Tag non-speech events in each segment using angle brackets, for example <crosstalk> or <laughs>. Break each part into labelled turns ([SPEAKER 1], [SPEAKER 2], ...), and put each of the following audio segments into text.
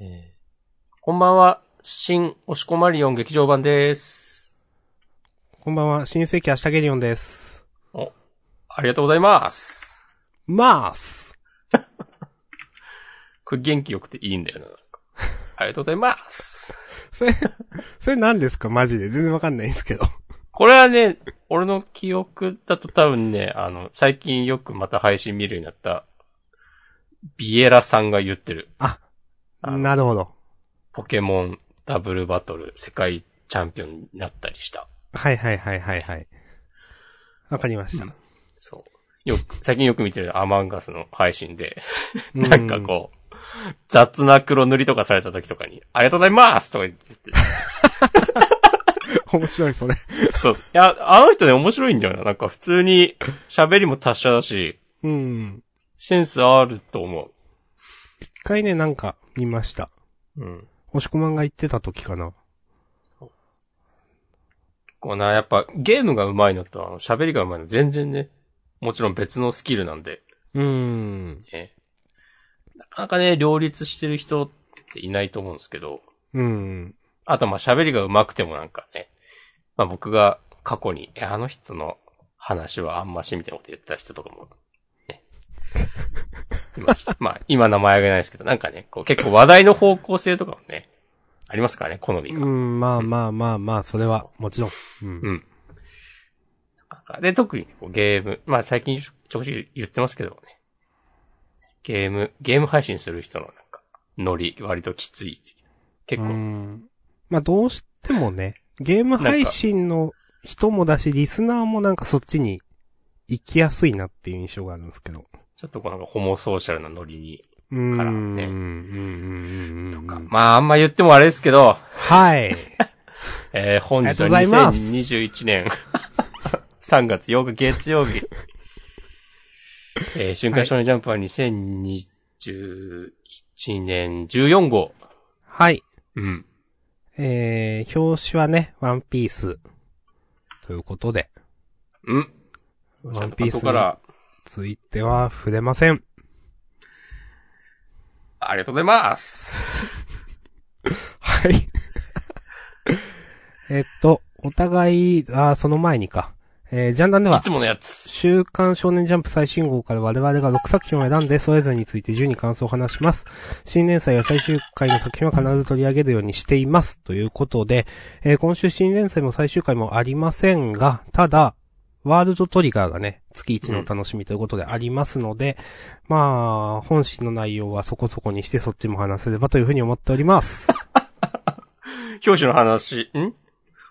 [SPEAKER 1] えーこんばんは、新、押し込まりオン劇場版です。
[SPEAKER 2] こんばんは、新世紀アシタゲリオンです。
[SPEAKER 1] お、ありがとうございます。
[SPEAKER 2] まーす。
[SPEAKER 1] これ元気よくていいんだよな。なんかありがとうございます。
[SPEAKER 2] それ、 <laughs> それ何ですかマジで。全然わかんないんですけど。
[SPEAKER 1] これはね、俺の記憶だと多分ね、あの、最近よくまた配信見るようになった、ビエラさんが言ってる。
[SPEAKER 2] あ、
[SPEAKER 1] あの
[SPEAKER 2] なるほど。
[SPEAKER 1] ポケモンダブルバトル世界チャンピオンになったりした。
[SPEAKER 2] はいはいはいはいはい。わかりました。
[SPEAKER 1] そう。よく、最近よく見てるアマンガスの配信で、なんかこう、雑な黒塗りとかされた時とかに、ありがとうございますとか言って、
[SPEAKER 2] うん。面白いそれ。
[SPEAKER 1] そう。いや、あの人ね、面白いんだよな。なんか普通に喋りも達者だし、
[SPEAKER 2] うん。
[SPEAKER 1] センスあると思
[SPEAKER 2] 一回ね、なんか見ました。
[SPEAKER 1] う。うん。
[SPEAKER 2] 押し込まんが言ってた時かな。
[SPEAKER 1] こうな、やっぱゲームが上手いのと、あの喋りが上手いの全然ね、もちろん別のスキルなんで、
[SPEAKER 2] うん。
[SPEAKER 1] ね。なかなかね、両立してる人っていないと思うんですけど、
[SPEAKER 2] うん。
[SPEAKER 1] あとまあ喋りが上手くてもなんかね、まあ僕が過去に、え、あの人の話はあんましみたいなこと言った人とかも、ね。いました。まあ今名前あげないですけど、なんかね、こう結構話題の方向性とかもね、ありますからね、好み
[SPEAKER 2] う
[SPEAKER 1] が。
[SPEAKER 2] ん、まあまあまあまあ、それは、もちろん。うん。
[SPEAKER 1] うん。で、特にこうゲーム、まあ最近ちょちょくちょく言ってますけどね、ゲーム、ゲーム配信する人のなんか、ノリ割ときついって結
[SPEAKER 2] う
[SPEAKER 1] 構、
[SPEAKER 2] ん。まあどうしてもね、ゲーム配信の人もだし、リスナーもなんかそっちに行きやすいなっていう印象があるんですけど。
[SPEAKER 1] ちょっとこうなんかホモソーシャルなノリに
[SPEAKER 2] うーん。
[SPEAKER 1] からね
[SPEAKER 2] うんうんうんうんうん。と
[SPEAKER 1] かまあ、あんま言ってもあれですけど、
[SPEAKER 2] はい。 <laughs>
[SPEAKER 1] えー本日は
[SPEAKER 2] ありがとうございます
[SPEAKER 1] 2021年 <laughs> 3月8日月曜日、えー瞬間少年ジャンプは2021年14号。
[SPEAKER 2] はい。
[SPEAKER 1] うん。
[SPEAKER 2] えー、表紙はね、ワンピース。ということで、
[SPEAKER 1] うん。
[SPEAKER 2] ワンピース
[SPEAKER 1] 後から、
[SPEAKER 2] ついては触れません。
[SPEAKER 1] ありがとうございます。
[SPEAKER 2] はい。えっと、お互い、あー、その前にか。えー、ジャンダンで
[SPEAKER 1] い
[SPEAKER 2] は
[SPEAKER 1] つ、ものやつ。
[SPEAKER 2] 週刊少年ジャンプ最新号から我々が6作品を選んで、それぞれについて自由に感想を話します。新年祭や最終回の作品は必ず取り上げるようにしています。ということで、えー今週新連載も最終回もありませんが、ただ、ワールドトリガーがね、月一の楽しみということでありますので、まあ、本誌の内容はそこそこにしてそっちも話せればというふうに思っております。
[SPEAKER 1] 表紙の話、ん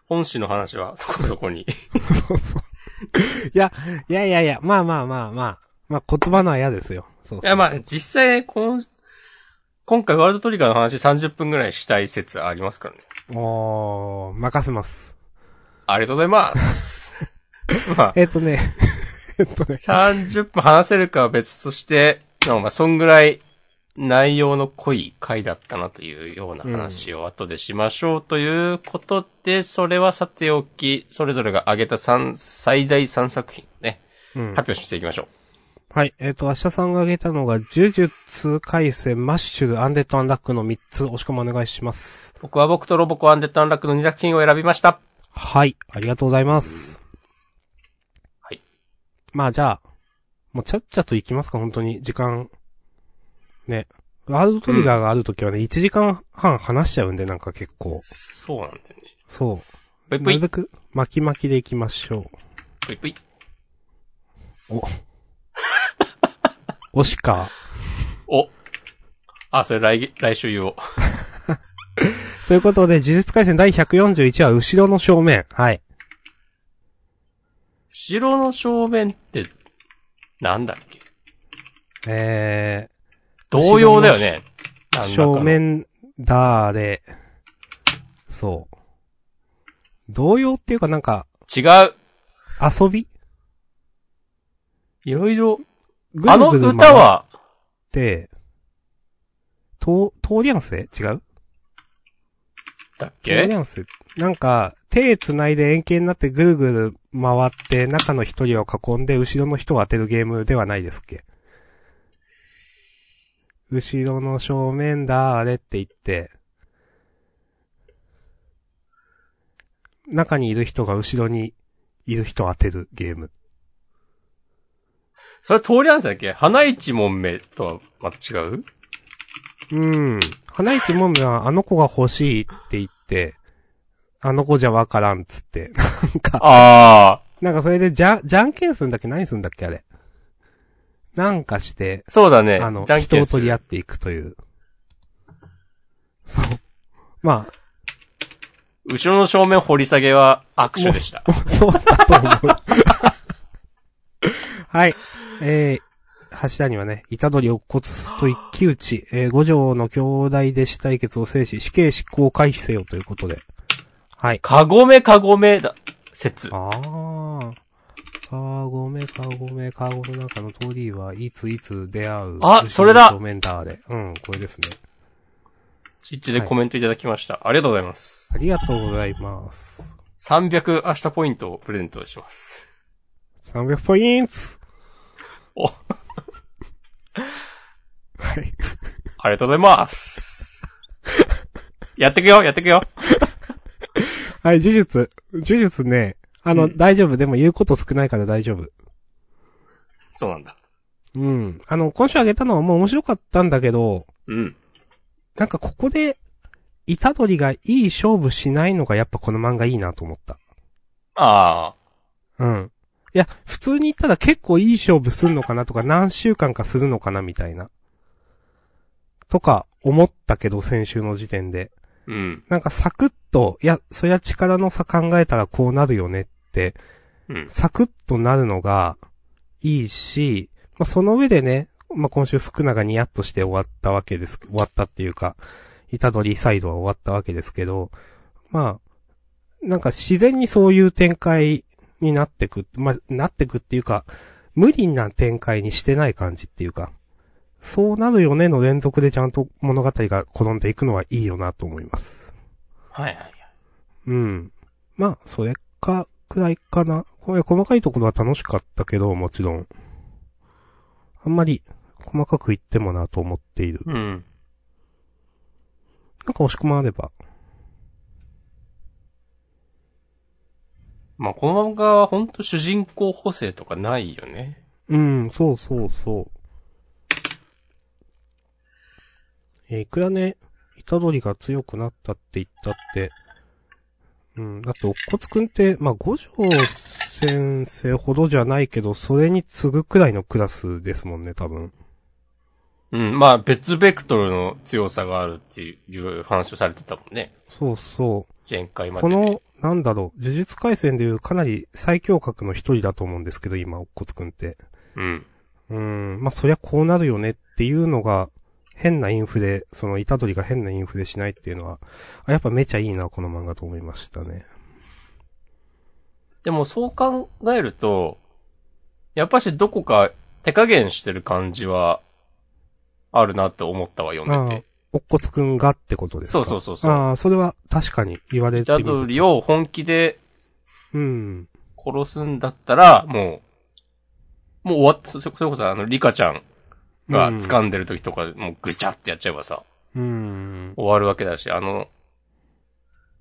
[SPEAKER 1] 本誌の話はそこそこに。
[SPEAKER 2] そうそう。いや、いやいやいや、まあまあまあまあ、まあ言葉のは嫌ですよ。そうそう
[SPEAKER 1] いや、まあ、実際、この、今回ワールドトリガーの話30分ぐらいしたい説ありますからね。
[SPEAKER 2] おー、任せます。
[SPEAKER 1] ありがとうござい
[SPEAKER 2] <laughs>
[SPEAKER 1] ます。まあ、
[SPEAKER 2] えっ、とね、えっとね、
[SPEAKER 1] 30分話せるかは別として、まあまあ、そんぐらい内容の濃い回だったなというような話を後でしましょうということで、それはさておき、それぞれが挙げた三最大3作品ね、
[SPEAKER 2] うん
[SPEAKER 1] 発表していきましょ
[SPEAKER 2] はい、えっ、と、明日さんが挙げたのが、呪術、回戦、マッシュル、アンデッド、アンラックの3つ、押し込みお願いします
[SPEAKER 1] う。。僕は僕とロボコアンデッドアンラックの2作品を選びました。
[SPEAKER 2] はい、ありがとうございます。
[SPEAKER 1] はい。
[SPEAKER 2] まあじゃあ、もうちゃっちゃと行きますか、本当に、時間。ね。ワールドトリガーがあるときはね、1時間半話しちゃうんで、なんか結構。
[SPEAKER 1] そうなんだよね。
[SPEAKER 2] そ
[SPEAKER 1] ぷ
[SPEAKER 2] う。
[SPEAKER 1] いぷ
[SPEAKER 2] ないる、べく、巻き巻きで行きましょ
[SPEAKER 1] ぷいぷい。
[SPEAKER 2] う。お。押しか。
[SPEAKER 1] お。あ、それ来月、来週言おう。
[SPEAKER 2] ということで、呪術回戦第141話、後ろの正面。はい。
[SPEAKER 1] 城の正面って、なんだっけ
[SPEAKER 2] え
[SPEAKER 1] 同様だよね。何らかの
[SPEAKER 2] ー、正面、だーれ。そう。同様っていうかなんか、
[SPEAKER 1] 違う。
[SPEAKER 2] 遊び
[SPEAKER 1] いろいろ。
[SPEAKER 2] ぐ
[SPEAKER 1] あ
[SPEAKER 2] る
[SPEAKER 1] の
[SPEAKER 2] ぐる
[SPEAKER 1] 歌
[SPEAKER 2] 回っ
[SPEAKER 1] は、
[SPEAKER 2] て、と、通りゃんせ違う
[SPEAKER 1] だっ
[SPEAKER 2] 通り
[SPEAKER 1] け
[SPEAKER 2] ゃんせなんか、手繋いで円形になってぐるぐる回って、中の一人を囲んで、後ろの人を当てるゲームではないですっけ後ろの正面だ、あれって言って、中にいる人が後ろにいる人を当てるゲーム。
[SPEAKER 1] それ通りなんですだっけ花一門目とはまた違う
[SPEAKER 2] うん。花一もんは、あの子が欲しいって言って、あの子じゃわからんっつって。なんか、
[SPEAKER 1] ああ、
[SPEAKER 2] なんかそれでじゃ、じゃんけんするんだっけ何するんだっけあれ。なんかして、
[SPEAKER 1] そうだね。
[SPEAKER 2] あの
[SPEAKER 1] じゃ、ん
[SPEAKER 2] 人
[SPEAKER 1] けん
[SPEAKER 2] を
[SPEAKER 1] す
[SPEAKER 2] 取り合
[SPEAKER 1] る。
[SPEAKER 2] っていくという。そう。まあ、
[SPEAKER 1] 後ろの正面掘り下げは握手で
[SPEAKER 2] <laughs>
[SPEAKER 1] した。
[SPEAKER 2] そうだと思う。 <laughs> はい。えー、柱にはね、板取を骨と一騎打ち、えー五条の兄弟弟子対決を制し、死刑執行を回避せよということで。はい。
[SPEAKER 1] かごめかごめだ、説。
[SPEAKER 2] あー。かごめかごめかごの中の鳥居はいついつ出会う。
[SPEAKER 1] あそれだ
[SPEAKER 2] 正面だあれ。うん、これですね。
[SPEAKER 1] ツイッチでコメントいただきました。ありがとうございます。
[SPEAKER 2] ありがとうございます。
[SPEAKER 1] 300明日ポイントをプレゼントします。
[SPEAKER 2] 300ポイント
[SPEAKER 1] お、
[SPEAKER 2] はい。
[SPEAKER 1] ありがとうございます。やってくよ、やってくよ。
[SPEAKER 2] はい、呪術。呪術ね、あの、
[SPEAKER 1] うん
[SPEAKER 2] 大丈夫。でも言うこと少ないから大丈夫。
[SPEAKER 1] そうなんだ。
[SPEAKER 2] うん。あの、今週あげたのはもう面白かったんだけど、
[SPEAKER 1] うん。
[SPEAKER 2] なんかここで、イタドリがいい勝負しないのがやっぱこの漫画いいなと思った。
[SPEAKER 1] ああ、
[SPEAKER 2] うん。いや、普通に言ったら結構いい勝負するのかなとか、何週間かするのかなみたいな。とか、思ったけど、先週の時点で。
[SPEAKER 1] うん。
[SPEAKER 2] なんかサクッと、いや、そりゃ力の差考えたらこうなるよねって、
[SPEAKER 1] うん。
[SPEAKER 2] サクッとなるのがいいし、まあ、その上でね、まあ、今週少ながニヤッとして終わったわけです。終わったっていうか、イタドリサイドは終わったわけですけど、まあ、なんか自然にそういう展開になってく、まあ、なってくっていうか、無理な展開にしてない感じっていうか、そうなるよねの連続でちゃんと物語が転んでいくのはいいよなと思います。
[SPEAKER 1] はいはい。
[SPEAKER 2] うん。まあ、それか、くらいかな。これ、細かいところは楽しかったけど、もちろん。あんまり、細かく言ってもなと思っている。
[SPEAKER 1] うん。
[SPEAKER 2] なんか押し込まれば。
[SPEAKER 1] まあ、この漫画はほんと主人公補正とかないよね。
[SPEAKER 2] うん、そうそうそう。えーいくらね、イタドリが強くなったって言ったって、うん、だって、おっこつくんって、まあ、五条先生ほどじゃないけど、それに次ぐくらいのクラスですもんね、多分。
[SPEAKER 1] うん。まあ、別ベクトルの強さがあるっていう話をされてたもんね。
[SPEAKER 2] そうそう。
[SPEAKER 1] 前回まで
[SPEAKER 2] こ
[SPEAKER 1] ね、
[SPEAKER 2] の、なんだろう、呪術回戦でいうかなり最強格の一人だと思うんですけど、今、おっこつくんって。
[SPEAKER 1] うん。
[SPEAKER 2] うーん、まあ、そりゃこうなるよねっていうのが、変なインフレ、その、イタドリが変なインフレしないっていうのは、あ、やっぱめちゃいいな、この漫画と思いましたね。
[SPEAKER 1] でもそう考えると、やっぱしどこか手加減してる感じは、あるなって思ったわ、読んで
[SPEAKER 2] あ
[SPEAKER 1] て。
[SPEAKER 2] おっこつくんがってことですか
[SPEAKER 1] そうそうそうそう
[SPEAKER 2] ああ、それは確かに言われ
[SPEAKER 1] イ
[SPEAKER 2] て
[SPEAKER 1] タ
[SPEAKER 2] み
[SPEAKER 1] ド
[SPEAKER 2] る。
[SPEAKER 1] リを本気で
[SPEAKER 2] うん。
[SPEAKER 1] 殺すんだったら、もう、もう終わった、それそれこそあの、リカちゃんが掴んでる時とか、もうぐちゃってやっちゃえばさ、
[SPEAKER 2] うん。
[SPEAKER 1] 終わるわけだし、あの、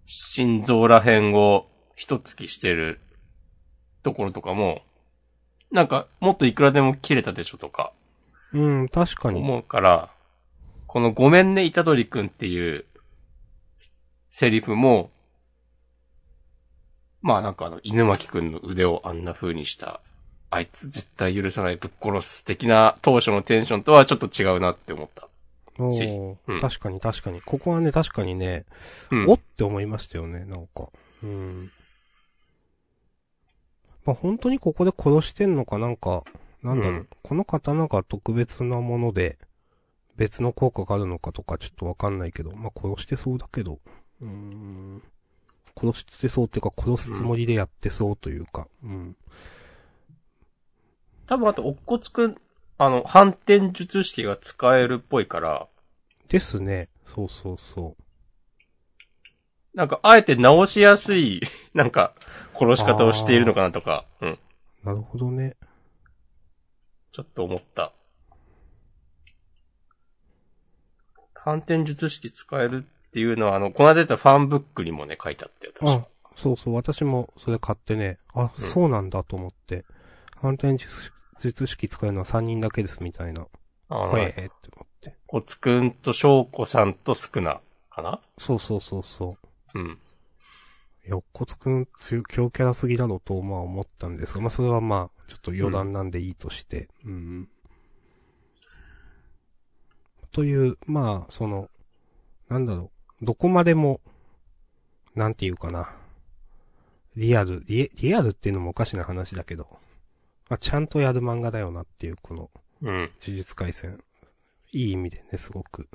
[SPEAKER 1] 心臓ら辺を一突きしてるところとかも、なんか、もっといくらでも切れたでしょとか、
[SPEAKER 2] うん、確かに。
[SPEAKER 1] 思うから、このごめんね、虎取くんっていう、セリフも、まあなんかあの、犬巻くんの腕をあんな風にした、あいつ絶対許さない、ぶっ殺す的な当初のテンションとはちょっと違うなって思った。
[SPEAKER 2] お
[SPEAKER 1] し
[SPEAKER 2] ー
[SPEAKER 1] うん
[SPEAKER 2] 確かに確かに。ここはね、確かにね、
[SPEAKER 1] うん
[SPEAKER 2] おって思いましたよね、なんか。うん。まあ、本当にここで殺してんのかなんか、なんだろう、
[SPEAKER 1] うん
[SPEAKER 2] この刀が特別なもので、別の効果があるのかとかちょっとわかんないけど、まあ、殺してそうだけど、うーん。殺してそうっていうか、殺すつもりでやってそうというか、うん。
[SPEAKER 1] 多分あと、おっこつくん、あの、反転術式が使えるっぽいから、
[SPEAKER 2] ですね。そうそうそう。
[SPEAKER 1] なんか、あえて直しやすい、 <laughs> なんか、殺し方をしているのかなとか、うん、
[SPEAKER 2] なるほどね。
[SPEAKER 1] ちょっと思った。反転術式使えるっていうのは、あの、この間出たファンブックにもね、書いてあったよ、確
[SPEAKER 2] あ
[SPEAKER 1] か。、
[SPEAKER 2] そうそう、私もそれ買ってね、あ、そうなんだと思って、反転術術式使えるのは3人だけですみたいな。
[SPEAKER 1] あの、
[SPEAKER 2] はい、えーって思って。
[SPEAKER 1] コツくんと翔子さんとスクナかな
[SPEAKER 2] そうそうそうそ
[SPEAKER 1] うん。
[SPEAKER 2] う。よっこつくん強、強キャラすぎだろうと、まあ思ったんですが、まあそれはまあ、ちょっと余談なんでいいとして、うん。という、まあ、その、なんだろう、どこまでも、なんていうかな、リアル、リエリアルっていうのもおかしな話だけど、まあちゃんとやる漫画だよなっていう、この、
[SPEAKER 1] うん。
[SPEAKER 2] 呪術回戦。いい意味でね、すごく。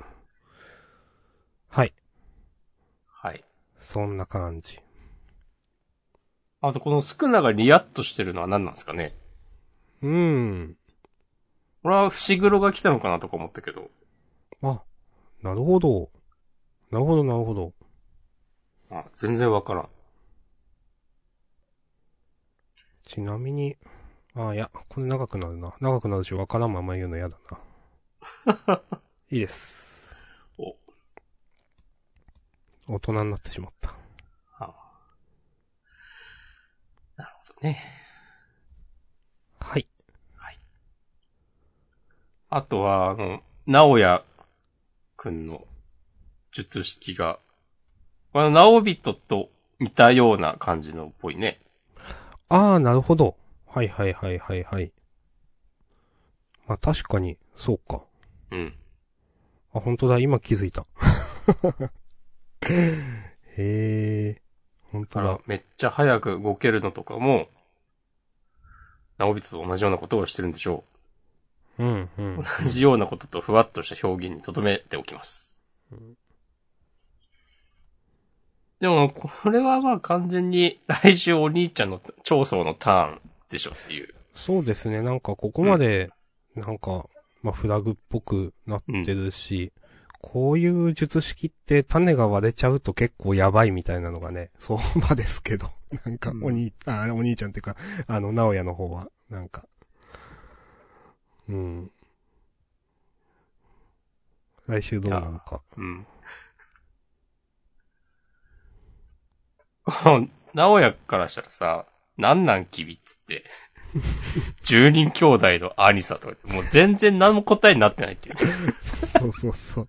[SPEAKER 2] はい。
[SPEAKER 1] はい。
[SPEAKER 2] そんな感じ。
[SPEAKER 1] あと、このスクナがリヤッとしてるのは何なんですかね
[SPEAKER 2] うーん。
[SPEAKER 1] 俺は伏黒が来たのかなとか思ったけど。
[SPEAKER 2] あ、なるほど。なるほど、なるほど。
[SPEAKER 1] あ、全然わからん。
[SPEAKER 2] ちなみに、あ、いや、これ長くなるな。長くなるし、わからんまま言うの嫌だな。
[SPEAKER 1] <laughs>
[SPEAKER 2] いいです。
[SPEAKER 1] お。
[SPEAKER 2] 大人になってしまった。
[SPEAKER 1] あなるほどね。
[SPEAKER 2] はい。
[SPEAKER 1] あとは、あの、直也くんの術式が、この直人と似たような感じのっぽいね。
[SPEAKER 2] ああ、なるほど。はいはいはいはいはい。まあ確かに、そうか。
[SPEAKER 1] うん。
[SPEAKER 2] あ、本当だ、今気づいた。
[SPEAKER 1] <laughs>
[SPEAKER 2] へえ、本
[SPEAKER 1] だ
[SPEAKER 2] 当
[SPEAKER 1] か
[SPEAKER 2] だ
[SPEAKER 1] ら。、めっちゃ早く動けるのとかも、直人と同じようなことをしてるんでしょ
[SPEAKER 2] うん、うん
[SPEAKER 1] う。。同じようなこととふわっとした表現に留めておきます。でも、これはまあ完全に来週お兄ちゃんの長宗のターンでしょっていう。
[SPEAKER 2] そうですね、なんかここまで、なんか、まあフラグっぽくなってるし、こういう術式って種が割れちゃうと結構やばいみたいなのがね、相場ですけど。 <laughs> なんか
[SPEAKER 1] う、ん
[SPEAKER 2] お兄、あ、お兄ちゃんっていうか、あの、直也の方は、なんか。うん。来週どうなのか。
[SPEAKER 1] うん。直也からしたらさ、なんなん君っつって。十人兄弟の兄さとか言って、もう全然何も答えになってないっていう。
[SPEAKER 2] そうそう
[SPEAKER 1] <laughs>
[SPEAKER 2] そう。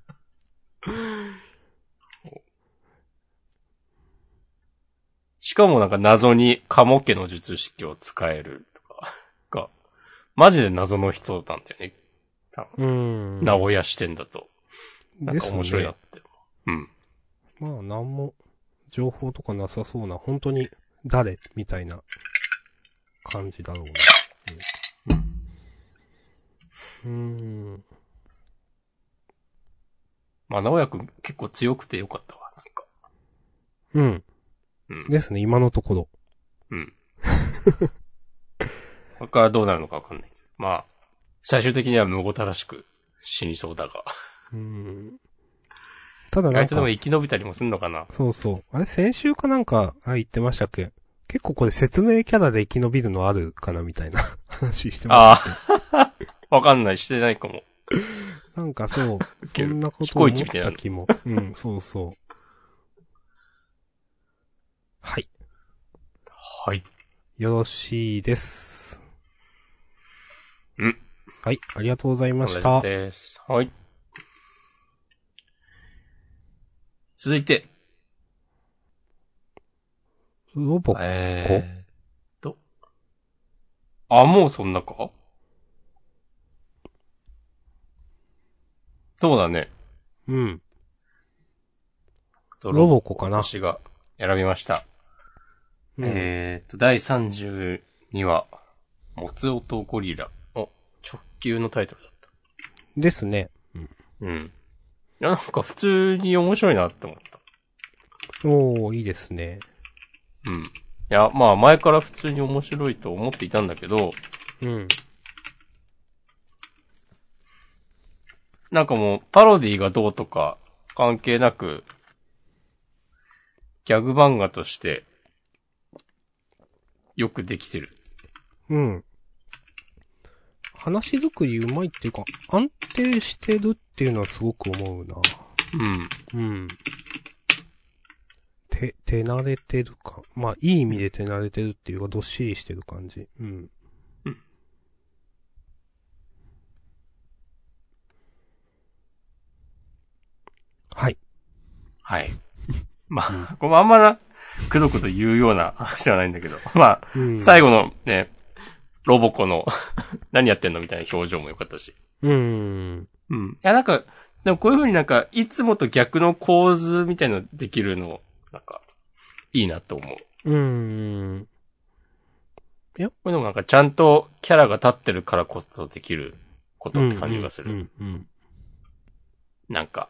[SPEAKER 1] しかもなんか謎にカモ家の術式を使えるとか、が、マジで謎の人なんだよね。
[SPEAKER 2] うん。
[SPEAKER 1] 直屋視点だと。なんか面白いな
[SPEAKER 2] で
[SPEAKER 1] っ
[SPEAKER 2] す
[SPEAKER 1] て。うん。
[SPEAKER 2] ね。まあ、なんも、情報とかなさそうな、本当に、誰みたいな、感じだろうな。うん。うーん。
[SPEAKER 1] まあ、直也くん結構強くてよかったわ、なんか。
[SPEAKER 2] うん。
[SPEAKER 1] うん。
[SPEAKER 2] ですね、今のところ。
[SPEAKER 1] うん。 <laughs> これからどうなるのかわかんない。まあ、最終的には無ごたらしく死にそうだが。
[SPEAKER 2] うん。ただ
[SPEAKER 1] 意
[SPEAKER 2] な
[SPEAKER 1] 外
[SPEAKER 2] ん
[SPEAKER 1] とで
[SPEAKER 2] か
[SPEAKER 1] も、生き延びたりもするのかな。
[SPEAKER 2] そうそう。あれ、先週かなんか、あ、言ってましたっけ結構これ説明キャラで生き延びるのあるかなみたいな <laughs> 話してま
[SPEAKER 1] ああ。 <laughs> わかんない、してないかも。
[SPEAKER 2] す。なんかそう、そ
[SPEAKER 1] ける
[SPEAKER 2] んなこと
[SPEAKER 1] 彦
[SPEAKER 2] 思っ
[SPEAKER 1] 一みたいな
[SPEAKER 2] た気も。うん、そうそう。はい。
[SPEAKER 1] はい。
[SPEAKER 2] よろしいです。
[SPEAKER 1] うん。
[SPEAKER 2] はい、ありがとうございまし
[SPEAKER 1] こ
[SPEAKER 2] た。
[SPEAKER 1] れです。はい。続いて、
[SPEAKER 2] ロボ、
[SPEAKER 1] えーと。あ、もうそんなかそうだね。
[SPEAKER 2] うん。
[SPEAKER 1] ロ
[SPEAKER 2] ロボコかな。
[SPEAKER 1] 私が選びました。
[SPEAKER 2] うん、
[SPEAKER 1] えーと、第32話、もつおとゴリラ。お、直球のタイトルだった。
[SPEAKER 2] ですね。
[SPEAKER 1] うん。いや、なんか普通に面白いなって思った。
[SPEAKER 2] おー、いいですね。
[SPEAKER 1] うん。いや、まあ前から普通に面白いと思っていたんだけど、
[SPEAKER 2] うん。
[SPEAKER 1] なんかもうパロディがどうとか関係なく、ギャグ漫画として、よくできてる。
[SPEAKER 2] うん。話作りうまいっていうか、安定してるっていうのはすごく思うな。
[SPEAKER 1] うん。
[SPEAKER 2] うん。て、手慣れてるか。まあ、いい意味で手慣れてるっていうか、どっしりしてる感じ。うん。
[SPEAKER 1] うん
[SPEAKER 2] はい。
[SPEAKER 1] はい。 <laughs> まあ、これもあんまな、くどくど言うような話ではないんだけど。まあ、
[SPEAKER 2] うん、
[SPEAKER 1] 最後のね、ロボコの、 <laughs> 何やってんのみたいな表情も良かったし。
[SPEAKER 2] うん。
[SPEAKER 1] うん。いや、なんか、でもこういう風になんか、いつもと逆の構図みたいなのできるの、なんか、いいなと思う。
[SPEAKER 2] うん。
[SPEAKER 1] これでもなんか、ちゃんとキャラが立ってるからこそできることって感じがする。
[SPEAKER 2] うん。うん。
[SPEAKER 1] なんか、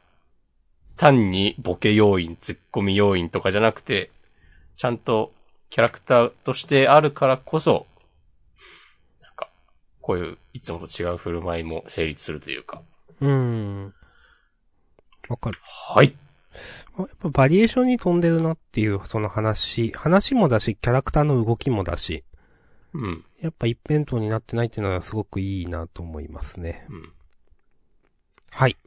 [SPEAKER 1] 単にボケ要因、ツッコミ要因とかじゃなくて、ちゃんとキャラクターとしてあるからこそ、なんか、こういういつもと違う振る舞いも成立するというか。
[SPEAKER 2] うん。うんわかる。
[SPEAKER 1] はい。
[SPEAKER 2] やっぱバリエーションに飛んでるなっていう、その話。話もだし、キャラクターの動きもだし。
[SPEAKER 1] うん。
[SPEAKER 2] やっぱ一辺倒になってないっていうのはすごくいいなと思いますね。
[SPEAKER 1] うん。
[SPEAKER 2] はい。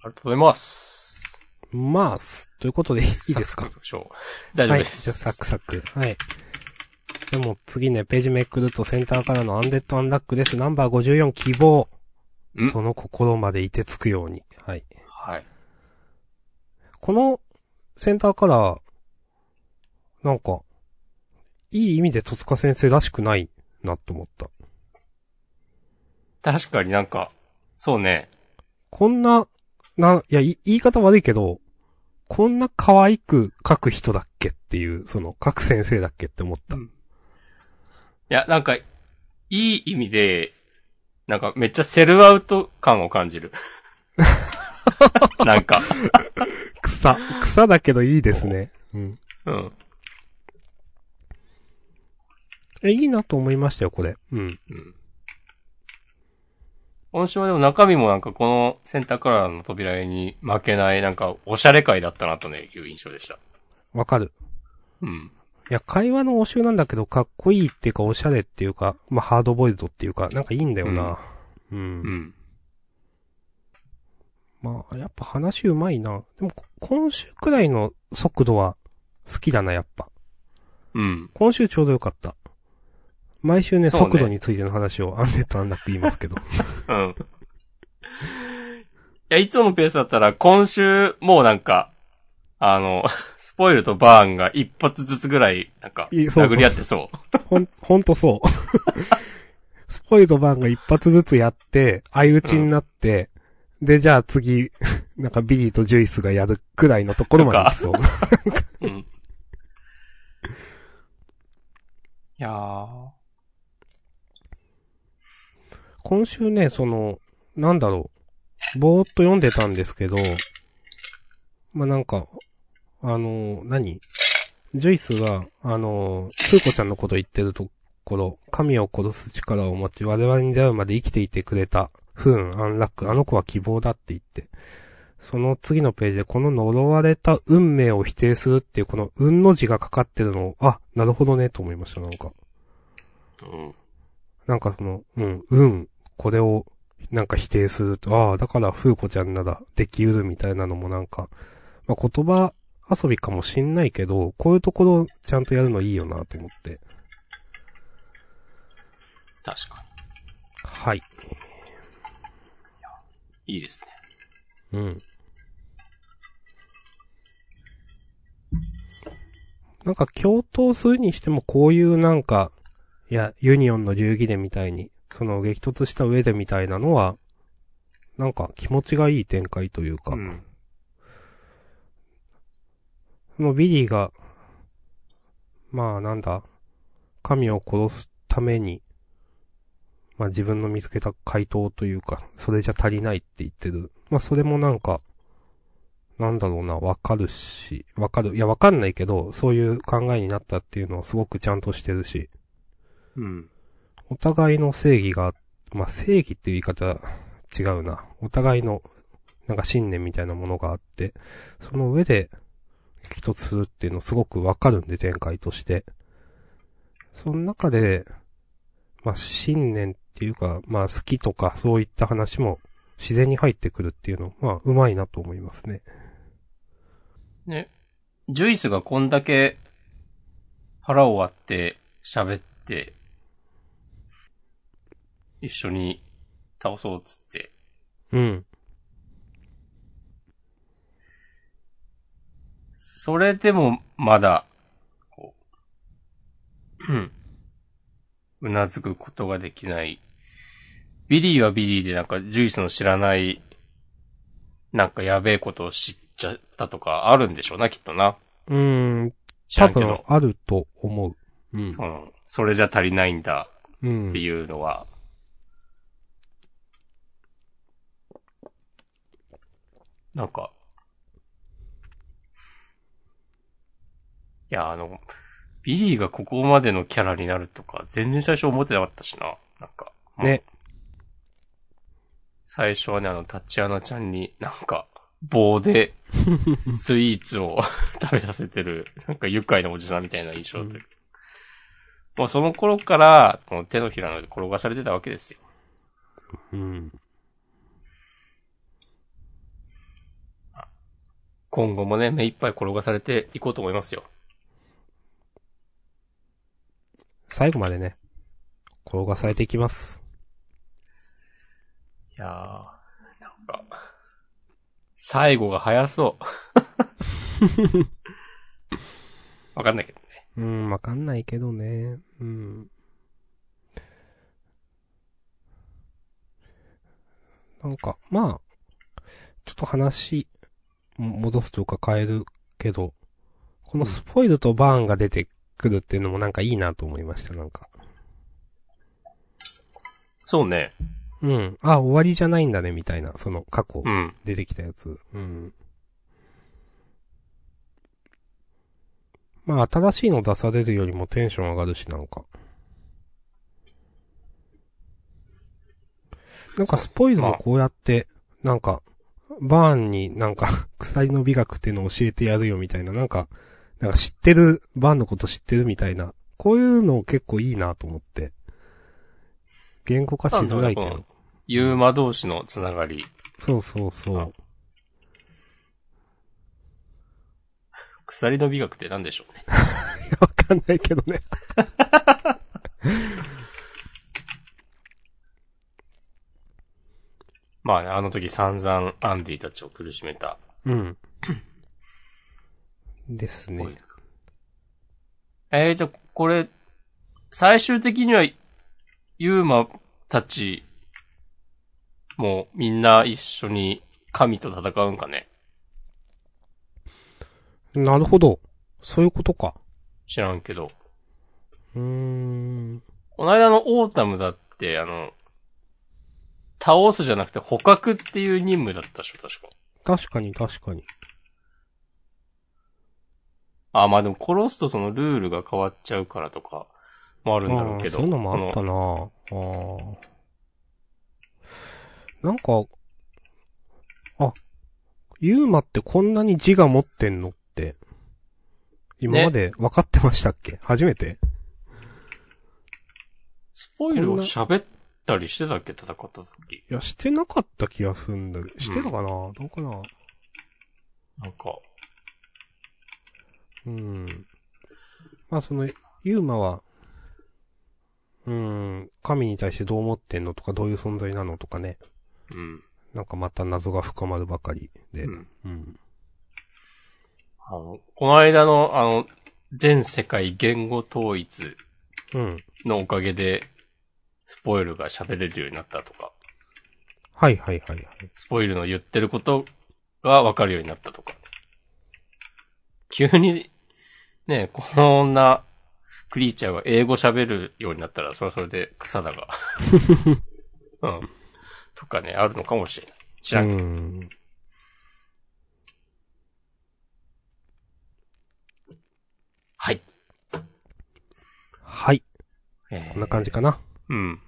[SPEAKER 1] ありがとうございます。
[SPEAKER 2] まあ、すということでいいです
[SPEAKER 1] サクサク
[SPEAKER 2] か
[SPEAKER 1] 行きましょう。 <laughs> 大丈
[SPEAKER 2] は
[SPEAKER 1] 夫
[SPEAKER 2] い。
[SPEAKER 1] で
[SPEAKER 2] じゃ
[SPEAKER 1] す。
[SPEAKER 2] あサクサク。はい。でも次ね、ページめくるとセンターからのアンデッドアンラックです。ナンバー54希望
[SPEAKER 1] ん。
[SPEAKER 2] その心までいてつくように。はい。
[SPEAKER 1] はい。
[SPEAKER 2] このセンターカラー、なんか、いい意味で戸塚先生らしくないなと思った。
[SPEAKER 1] 確かになんか、そうね。
[SPEAKER 2] こんな、な、いや、い言い方悪いけど、こんな可愛く書く人だっけっていう、その、書く先生だっけって思った。
[SPEAKER 1] いや、なんか、いい意味で、なんかめっちゃセルアウト感を感じる。なんか。
[SPEAKER 2] 草、草だけどいいですね。うん。
[SPEAKER 1] うん。
[SPEAKER 2] え、いいなと思いましたよ、これ。うん。
[SPEAKER 1] うん。今週はでも中身もなんかこのセンターカラーの扉絵に負けないなんかおしゃれ会だったなとね、いう印象でした。
[SPEAKER 2] わかる。
[SPEAKER 1] うん。
[SPEAKER 2] いや、会話の応酬なんだけど、かっこいいっていうか、おしゃれっていうか、まあ、ハードボイルドっていうか、なんかいいんだよな。うん。
[SPEAKER 1] うん。
[SPEAKER 2] まあ、やっぱ話うまいな。でも、こ今週くらいの速度は好きだな、やっぱ。
[SPEAKER 1] うん。
[SPEAKER 2] 今週ちょうどよかった。毎週ね、
[SPEAKER 1] そうね
[SPEAKER 2] 速度についての話をアンデッドアンラック言いますけど。 <laughs>
[SPEAKER 1] うん。いや、いつものペースだったら今週もうなんか、あの、 <laughs> スポイルとバーンが一発ずつぐらい、なんか、
[SPEAKER 2] いそうそ
[SPEAKER 1] 殴
[SPEAKER 2] う
[SPEAKER 1] り合ってそう。
[SPEAKER 2] ほん、ほんとそう。 <laughs> スポイト版が一発ずつやって、相打ちになって、で、じゃあ次、 <laughs> なんかビリーとジュイスがやるくらいのところまで行きそう。
[SPEAKER 1] <laughs> うん。いやー。
[SPEAKER 2] 今週ね、その、なんだろう、ぼーっと読んでたんですけど、まあ、なんか、あの、何ジュイスが、あの、スーコちゃんのこと言ってるところ、神を殺す力を持ち、我々に出会うまで生きていてくれた、不運、アンラック、あの子は希望だって言って、その次のページで、この呪われた運命を否定するっていう、この運の字がかかってるのを、あ、なるほどね、と思いました、なんか。
[SPEAKER 1] うん。
[SPEAKER 2] なんかその、うん、うん、これを、なんか否定すると、ああ、だから、風子ちゃんなら、できうるみたいなのもなんか、まあ、言葉遊びかもしんないけど、こういうところ、ちゃんとやるのいいよな、と思って。
[SPEAKER 1] 確か
[SPEAKER 2] はい。
[SPEAKER 1] に。いいですね。
[SPEAKER 2] うん。なんか、共闘するにしても、こういうなんか、いや、ユニオンの流儀でみたいに、その、激突した上でみたいなのは、なんか、気持ちがいい展開というか、
[SPEAKER 1] うん。
[SPEAKER 2] そのビリーが、まあなんだ、神を殺すために、まあ自分の見つけた回答というか、それじゃ足りないって言ってる。まあそれもなんか、なんだろうな、わかるし、わかる。いや、わかんないけど、そういう考えになったっていうのはすごくちゃんとしてるし、
[SPEAKER 1] うん。
[SPEAKER 2] お互いの正義が、まあ正義っていう言い方は違うな。お互いの、なんか信念みたいなものがあって、その上で激突するっていうのすごくわかるんで、展開として。その中で、まあ信念っていうか、まあ好きとかそういった話も自然に入ってくるっていうの、まあ、うまいなと思いますね。
[SPEAKER 1] ね。ジュイスがこんだけ腹を割って喋って、一緒に倒そうっつって、
[SPEAKER 2] うん。
[SPEAKER 1] それでもまだ、こう、うんうなずくことができない。ビリーはビリーでなんかジュイスの知らない、なんかやべえことを知っちゃったとかあるんでしょうな、きっとな。
[SPEAKER 2] うーん、
[SPEAKER 1] 知ら
[SPEAKER 2] 多
[SPEAKER 1] んけ
[SPEAKER 2] 分
[SPEAKER 1] ど。
[SPEAKER 2] あると思う。うん
[SPEAKER 1] そ。の、それじゃ足りないんだ
[SPEAKER 2] うん
[SPEAKER 1] って。いうのは、なんか、いや、あの、ビリーがここまでのキャラになるとか、全然最初思ってなかったしな。なんか、
[SPEAKER 2] ね。
[SPEAKER 1] 最初はね、あの、タチアナちゃんになんか、棒で、スイーツを <laughs> 食べさせてる、なんか愉快なおじさんみたいな印象だったけど。もうその頃から、もう手のひらの上で転がされてたわけですよ。
[SPEAKER 2] うん。
[SPEAKER 1] 今後もね、目いっぱい転がされていこうと思いますよ。
[SPEAKER 2] 最後までね、転がされていきます。
[SPEAKER 1] いやー、なんか、最後が早そう。
[SPEAKER 2] <laughs>
[SPEAKER 1] わかんないけどね。
[SPEAKER 2] うん、わかんないけどね。うん。なんか、まあ、ちょっと話、も戻すというか変えるけど、このスポイルとバーンが出てくるっていうのもなんかいいなと思いました、なんか。
[SPEAKER 1] そうね。
[SPEAKER 2] うん。あ、終わりじゃないんだね、みたいな、その過去
[SPEAKER 1] う。ん。
[SPEAKER 2] 出てきたやつ。うん。まあ、新しいの出されるよりもテンション上がるし、なんか。なんかスポイルもこうやって、なんか、バーンになんか、 <laughs> 鎖の美学っていうのを教えてやるよみたいな、なんか、なんか知ってる、バーンのこと知ってるみたいな、こういうの結構いいなと思って。言語化しづらいけ
[SPEAKER 1] なんだろう
[SPEAKER 2] ど
[SPEAKER 1] こ。のユーマ同士のつながり。
[SPEAKER 2] そうそうそう。
[SPEAKER 1] 鎖の美学って何でしょうね。
[SPEAKER 2] <laughs> わかんないけどね。
[SPEAKER 1] まあね、あの時散々アンディたちを苦しめた。
[SPEAKER 2] うん。ですね
[SPEAKER 1] こうい。うえー、じゃあ、これ、最終的には、ユーマたち、もうみんな一緒に神と戦うんかね
[SPEAKER 2] なるほど。そういうことか。
[SPEAKER 1] 知らんけど。
[SPEAKER 2] うーん。
[SPEAKER 1] この間のオータムだって、あの、倒すじゃなくて捕獲っていう任務だったでしょ、確か。
[SPEAKER 2] 確かに確かに。
[SPEAKER 1] あ、まあでも殺すとそのルールが変わっちゃうからとか、もあるんだろう
[SPEAKER 2] あ
[SPEAKER 1] けど。
[SPEAKER 2] ーそういうのもあっ
[SPEAKER 1] こ
[SPEAKER 2] たなあーなんか、あ、ユーマってこんなに自我持ってんのって、今まで分かってましたっけ、初めて
[SPEAKER 1] スポイルを喋ったりしてたっけ、戦った時。
[SPEAKER 2] いや、してなかった気がすんだけど、してたかな、どうかな
[SPEAKER 1] なんか、
[SPEAKER 2] うん。まあその、ユーマは、うん、神に対してどう思ってんのとか、どういう存在なのとかね。
[SPEAKER 1] うん。
[SPEAKER 2] なんかまた謎が深まるばかりで。
[SPEAKER 1] うん
[SPEAKER 2] うん。
[SPEAKER 1] あの、この間の、あの、全世界言語統一
[SPEAKER 2] うん。
[SPEAKER 1] のおかげで、スポイルが喋れるようになったとか、
[SPEAKER 2] はいはいはいはい。
[SPEAKER 1] スポイルの言ってることがわかるようになったとか。急に、ね、この女、クリーチャーが英語喋るようになったら、それはそれで草だが。うん。とかね、あるのかもしれない。知らんけど
[SPEAKER 2] うん。
[SPEAKER 1] はい。
[SPEAKER 2] はい。
[SPEAKER 1] え
[SPEAKER 2] こん
[SPEAKER 1] ー
[SPEAKER 2] な感じかな。
[SPEAKER 1] うん。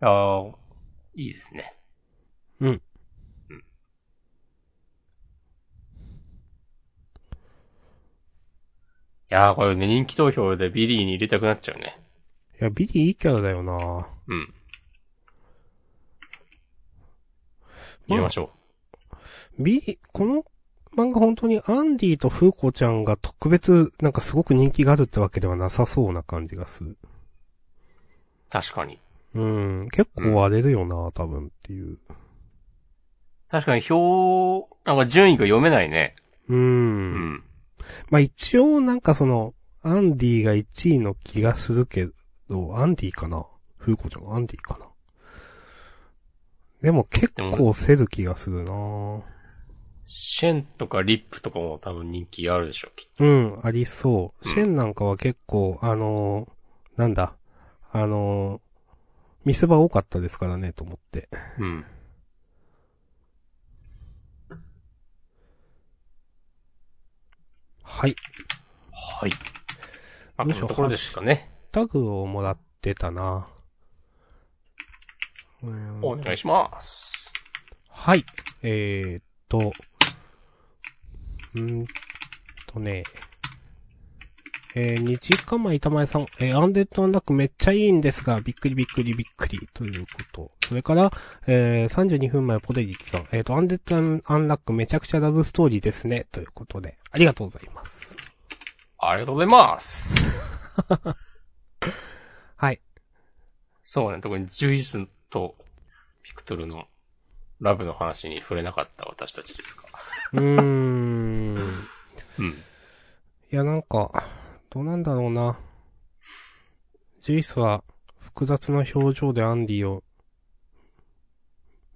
[SPEAKER 1] ああ、いいですね。
[SPEAKER 2] うん。
[SPEAKER 1] いやー、これね、人気投票でビリーに入れたくなっちゃうね。
[SPEAKER 2] いや、ビリーいいキャラだよな
[SPEAKER 1] うん。入れましょ
[SPEAKER 2] B、この漫画本当にアンディとフーコちゃんが特別、なんかすごく人気があるってわけではなさそうな感じがする。
[SPEAKER 1] う。確かに。
[SPEAKER 2] うん、結構荒れるよな、多分っていう。
[SPEAKER 1] 確かに表、なんか順位が読めないね。
[SPEAKER 2] う。
[SPEAKER 1] うんん。
[SPEAKER 2] まあ一応なんかその、アンディが1位の気がするけど、アンディかなフーコちゃん、アンディかなでも結構せる気がするな
[SPEAKER 1] シェンとかリップとかも多分人気あるでしょ、きっ
[SPEAKER 2] うん、ありそう。
[SPEAKER 1] うん
[SPEAKER 2] シェンなんかは結構、あのーなんだ、あのー見せ場多かったですからね、と思って。
[SPEAKER 1] と。うん。
[SPEAKER 2] はい。
[SPEAKER 1] はい。まあ、
[SPEAKER 2] ど
[SPEAKER 1] こ
[SPEAKER 2] う
[SPEAKER 1] うい
[SPEAKER 2] しよ
[SPEAKER 1] ううところですかね。
[SPEAKER 2] タグをもらってたなうーん
[SPEAKER 1] お願いします。
[SPEAKER 2] はい。えー、っと、うーんとね、えー、2時間前、板前さん、えー、アンデッドアンダックめっちゃいいんですが、びっくりびっくりびっくり、ということ。それから、えー、32分前、ポテリッチさん、えー、と、アンデッドアンダックめちゃくちゃラブストーリーですね、ということで、ありがとうございます。
[SPEAKER 1] ありがとうございます。
[SPEAKER 2] <laughs> はい。
[SPEAKER 1] そうね、特にジュイスとピクトルのラブの話に触れなかった私たちですか。
[SPEAKER 2] うー
[SPEAKER 1] う
[SPEAKER 2] ん。
[SPEAKER 1] ん。
[SPEAKER 2] いや、なんか、どうなんだろうな。ジュイスは複雑な表情でアンディを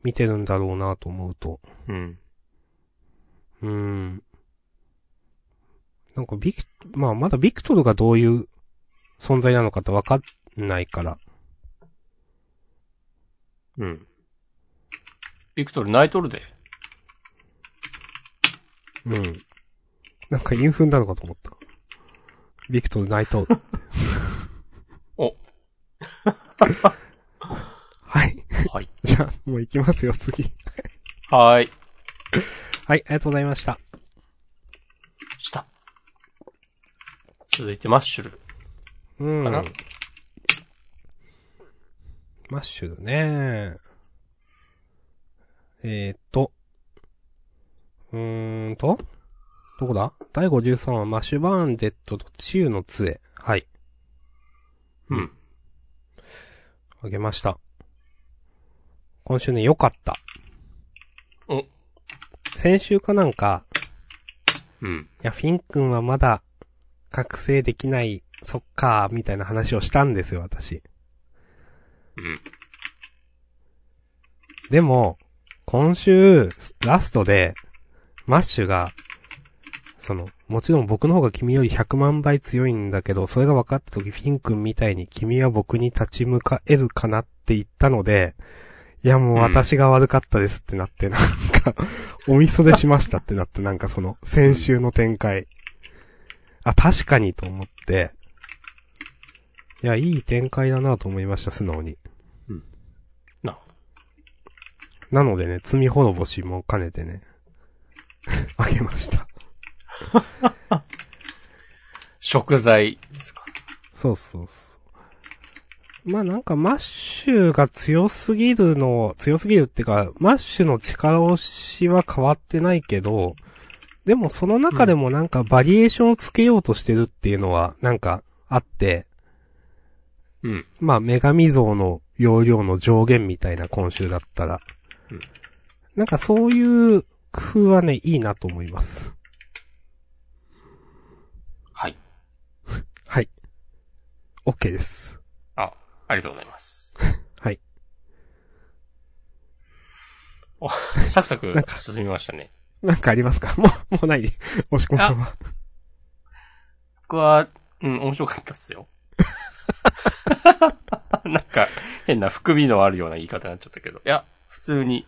[SPEAKER 2] 見てるんだろうなと思うと。
[SPEAKER 1] うん。
[SPEAKER 2] うーん。なんかビク、まあまだビクトルがどういう存在なのかってわかんないから。
[SPEAKER 1] うん。ビクトル泣いとるで。
[SPEAKER 2] うん。なんかインフンなのかと思った。ビクトル泣いとる。
[SPEAKER 1] お、
[SPEAKER 2] はい。
[SPEAKER 1] はい。
[SPEAKER 2] <laughs> じゃあ、もう行きますよ、次。
[SPEAKER 1] はーい。
[SPEAKER 2] はい、ありがとうございました。
[SPEAKER 1] した。続いてマッシュル。
[SPEAKER 2] うん
[SPEAKER 1] かな。
[SPEAKER 2] マッシュルね。えーっと。うーんと。どこだ第53話、マッシュバーンデッドと治癒の杖。はい。
[SPEAKER 1] うん。
[SPEAKER 2] あげました。今週ね、良かった。
[SPEAKER 1] お、
[SPEAKER 2] 先週かなんか、
[SPEAKER 1] うん。
[SPEAKER 2] いや、フィン君はまだ、覚醒できない、そっかー、みたいな話をしたんですよ、私。
[SPEAKER 1] うん。
[SPEAKER 2] でも、今週、ラストで、マッシュが、その、もちろん僕の方が君より100万倍強いんだけど、それが分かった時、フィン君みたいに君は僕に立ち向かえるかなって言ったので、いやもう私が悪かったですってなって、なんか、おみそでしましたってなって、なんかその、先週の展開。あ、確かにと思って、いや、いい展開だなと思いました、素直に。
[SPEAKER 1] なるほど
[SPEAKER 2] なのでね、罪滅ぼしも兼ねてね、 <laughs> あげました。
[SPEAKER 1] 食材ですか。
[SPEAKER 2] そうそうそう。まあなんかマッシュが強すぎるの、強すぎるっていうか、マッシュの力押しは変わってないけど、でもその中でもなんかバリエーションをつけようとしてるっていうのはなんかあって、
[SPEAKER 1] うん。
[SPEAKER 2] まあ女神像の容量の上限みたいな今週だったら
[SPEAKER 1] うん。
[SPEAKER 2] なんかそういう工夫はね、いいなと思います。
[SPEAKER 1] はい。
[SPEAKER 2] はい。OK です。
[SPEAKER 1] あ、ありがとうございます。
[SPEAKER 2] <laughs> はい。
[SPEAKER 1] お、サクサク
[SPEAKER 2] なんか
[SPEAKER 1] 進みましたね。
[SPEAKER 2] なんかありますか <laughs> もう、もうないで。押し込まんは。
[SPEAKER 1] 僕は、うん、面白かったっすよ。 <laughs> なんか、変な含みのあるような言い方になっちゃったけど。いや、普通に、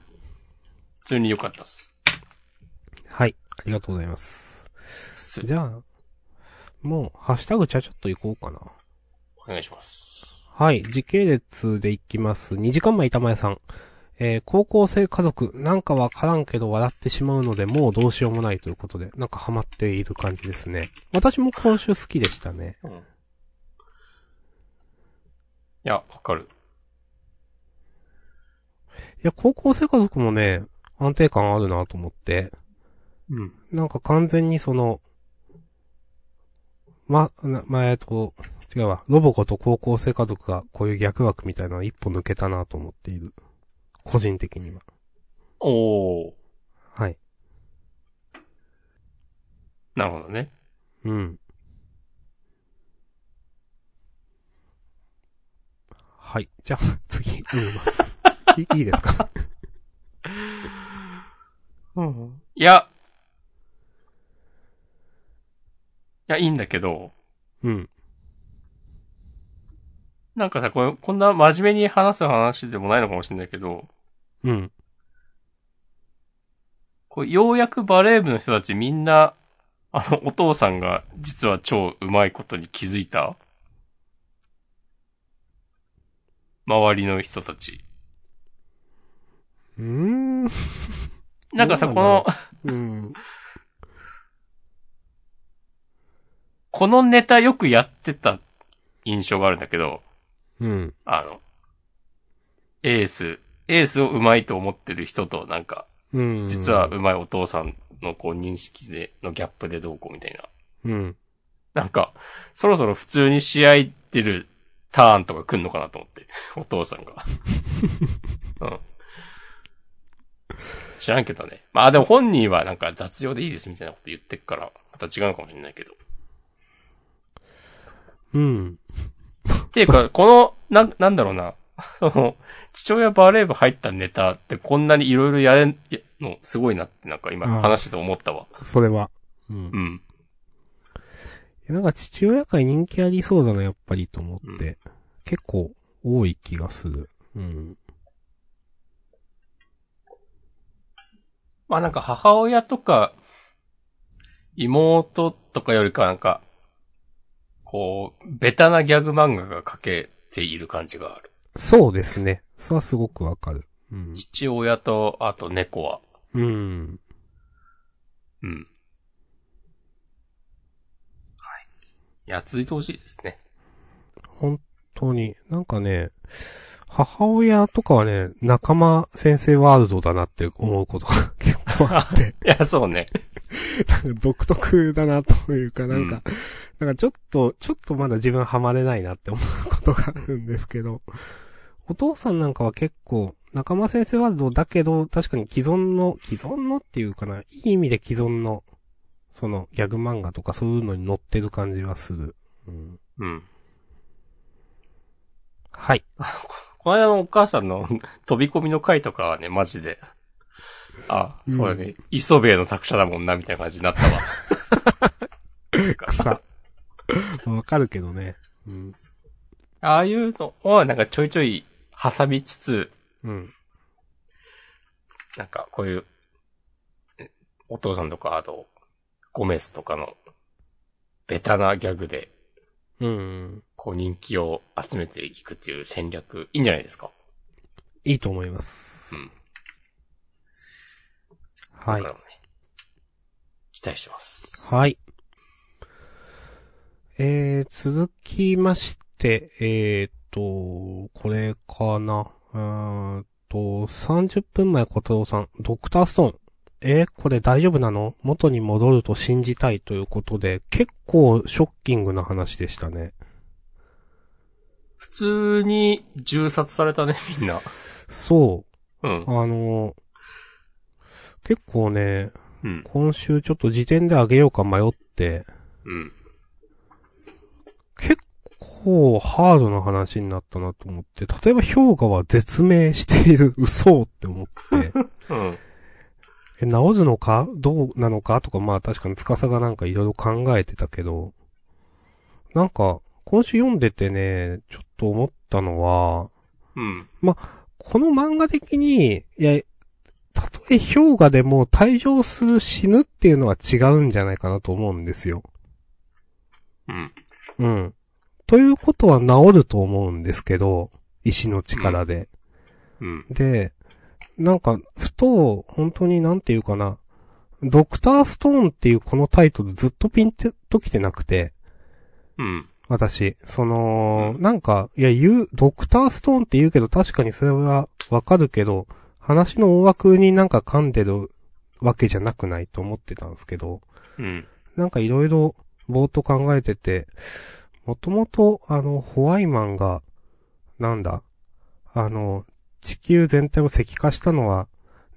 [SPEAKER 1] 普通に良かったっす。
[SPEAKER 2] はい。ありがとうございます。
[SPEAKER 1] す
[SPEAKER 2] じゃあ、もう、ハッシュタグちゃちゃっと行こうかな。
[SPEAKER 1] お願いします。
[SPEAKER 2] はい。時系列でいきます。2時間前、板前さん。えー高校生家族、なんかわからんけど笑ってしまうので、もうどうしようもないということで、なんかハマっている感じですね。私も今週好きでしたね。
[SPEAKER 1] うん。いや、わかる。
[SPEAKER 2] いや、高校生家族もね、安定感あるなと思って、
[SPEAKER 1] うん。
[SPEAKER 2] なんか完全にその、ま、なま、えっと、違うわ。ロボコと高校生家族がこういう逆枠みたいなの一歩抜けたなと思っている。個人的には。
[SPEAKER 1] おー。
[SPEAKER 2] はい。
[SPEAKER 1] なるほどね。
[SPEAKER 2] うん。はい。じゃあ、次、読みます。いいいですか
[SPEAKER 1] うん。いや。いや、いいんだけど、
[SPEAKER 2] うん。
[SPEAKER 1] なんかさ、これ、こんな真面目に話す話でもないのかもしれないけど、
[SPEAKER 2] うん。
[SPEAKER 1] こうようやくバレー部の人たちみんな、あの、お父さんが実は超うまいことに気づいた周りの人たち。
[SPEAKER 2] うーん。
[SPEAKER 1] なんかさ、こ
[SPEAKER 2] どうなんだろ
[SPEAKER 1] の
[SPEAKER 2] う、うん。
[SPEAKER 1] このネタよくやってた印象があるんだけど、
[SPEAKER 2] うん。
[SPEAKER 1] あの、エース、エースをうまいと思ってる人と、なんか、
[SPEAKER 2] うん。
[SPEAKER 1] 実は、うまいお父さんのこう認識で、のギャップでどうこうみたいな。
[SPEAKER 2] うん。
[SPEAKER 1] なんか、そろそろ普通に試合出るターンとか来んのかなと思って。 <laughs> お父さん
[SPEAKER 2] <laughs>
[SPEAKER 1] が。うん。知らんけどね。まあでも本人はなんか雑用でいいですみたいなこと言ってっから、また違うのかもしれないけど。
[SPEAKER 2] うん。
[SPEAKER 1] っていうか、この、なん、なんだろうな。 <laughs> その、父親バレー部入ったネタってこんなにいろいろやれん、やの、すごいなってなんか今
[SPEAKER 2] うん
[SPEAKER 1] 話してて思ったわ。
[SPEAKER 2] それは。うん
[SPEAKER 1] う。ん。
[SPEAKER 2] いやなんか父親会人気ありそうだな、やっぱりと思って。結構多い気がする。うん。
[SPEAKER 1] まあなんか母親とか、妹とかよりかなんか、こう、ベタなギャグ漫画が描けている感じがある。
[SPEAKER 2] そうですね。それはすごくわかる。うん。
[SPEAKER 1] 父親と、あと猫は。
[SPEAKER 2] うん。
[SPEAKER 1] うん。はい。いや、続いてほしいですね。 <laughs>
[SPEAKER 2] 本当に。なんかね、母親とかはね、仲間先生ワールドだなって思うことが結構あって、
[SPEAKER 1] いや、そうね。
[SPEAKER 2] なんか <laughs> 独特だなというか、なんか、なんかちょっと、ちょっとまだ自分ハマれないなって思うことがあるんですけど、お父さんなんかは結構、仲間先生ワールドだけど、確かに既存の、既存のっていうかな、いい意味で既存の、そのギャグ漫画とかそういうのに載ってる感じはする。うん、
[SPEAKER 1] うん。
[SPEAKER 2] はい。
[SPEAKER 1] この間のお母さんの <laughs> 飛び込みの回とかはね、マジで。あ、そうだね。磯部の作者だもんな、みたいな感じになったわ。なんか
[SPEAKER 2] 草。わかるけどね。うん。
[SPEAKER 1] ああいうのをなんかちょいちょい挟みつつ、
[SPEAKER 2] うん。
[SPEAKER 1] なんかこういう、えお父さんとか、あと、ゴメスとかの、ベタなギャグで、
[SPEAKER 2] うん。
[SPEAKER 1] こう人気を集めていくっていう戦略、いいんじゃないですか。
[SPEAKER 2] いいと思います。
[SPEAKER 1] うん
[SPEAKER 2] はい
[SPEAKER 1] だ。からね期待してます。
[SPEAKER 2] はい。えー、続きまして、えーっと、これかな。うーんと、30分前小太郎さん、ドクターストーン。えーこれ大丈夫なの元に戻ると信じたいということで、結構ショッキングな話でしたね。
[SPEAKER 1] 普通に銃殺されたね、みんな。
[SPEAKER 2] そ
[SPEAKER 1] <laughs>
[SPEAKER 2] う。
[SPEAKER 1] うん。
[SPEAKER 2] あの結構ね、
[SPEAKER 1] うん。
[SPEAKER 2] 今週ちょっと時点であげようか迷って、
[SPEAKER 1] うん。
[SPEAKER 2] 結構ハードな話になったなと思って、例えば氷河は絶命している、嘘って思って、
[SPEAKER 1] うん。
[SPEAKER 2] え、治るのかどうなのかとか、まあ確かに司がなんかいろいろ考えてたけど、なんか、今週読んでてね、ちょっと思ったのは、
[SPEAKER 1] うん。
[SPEAKER 2] この漫画的に、いや、たとえ氷河でも退場する死ぬっていうのは違うんじゃないかなと思うんですよ。
[SPEAKER 1] うん。
[SPEAKER 2] うん。ということは治ると思うんですけど、石の力で。
[SPEAKER 1] うん。
[SPEAKER 2] で、なんか、ふと、本当になんていうかな、ドクターストーンっていうこのタイトルずっとピンときてなくて、
[SPEAKER 1] うん。
[SPEAKER 2] 私、その、
[SPEAKER 1] う
[SPEAKER 2] なんか、いや、言う、ドクターストーンって言うけど、確かにそれはわかるけど、話の大枠になんか噛んでるわけじゃなくないと思ってたんですけど、
[SPEAKER 1] うん。
[SPEAKER 2] なんかいろいろぼーっと考えてて、もともとあの、ホワイマンが、なんだ、あの、地球全体を石化したのは、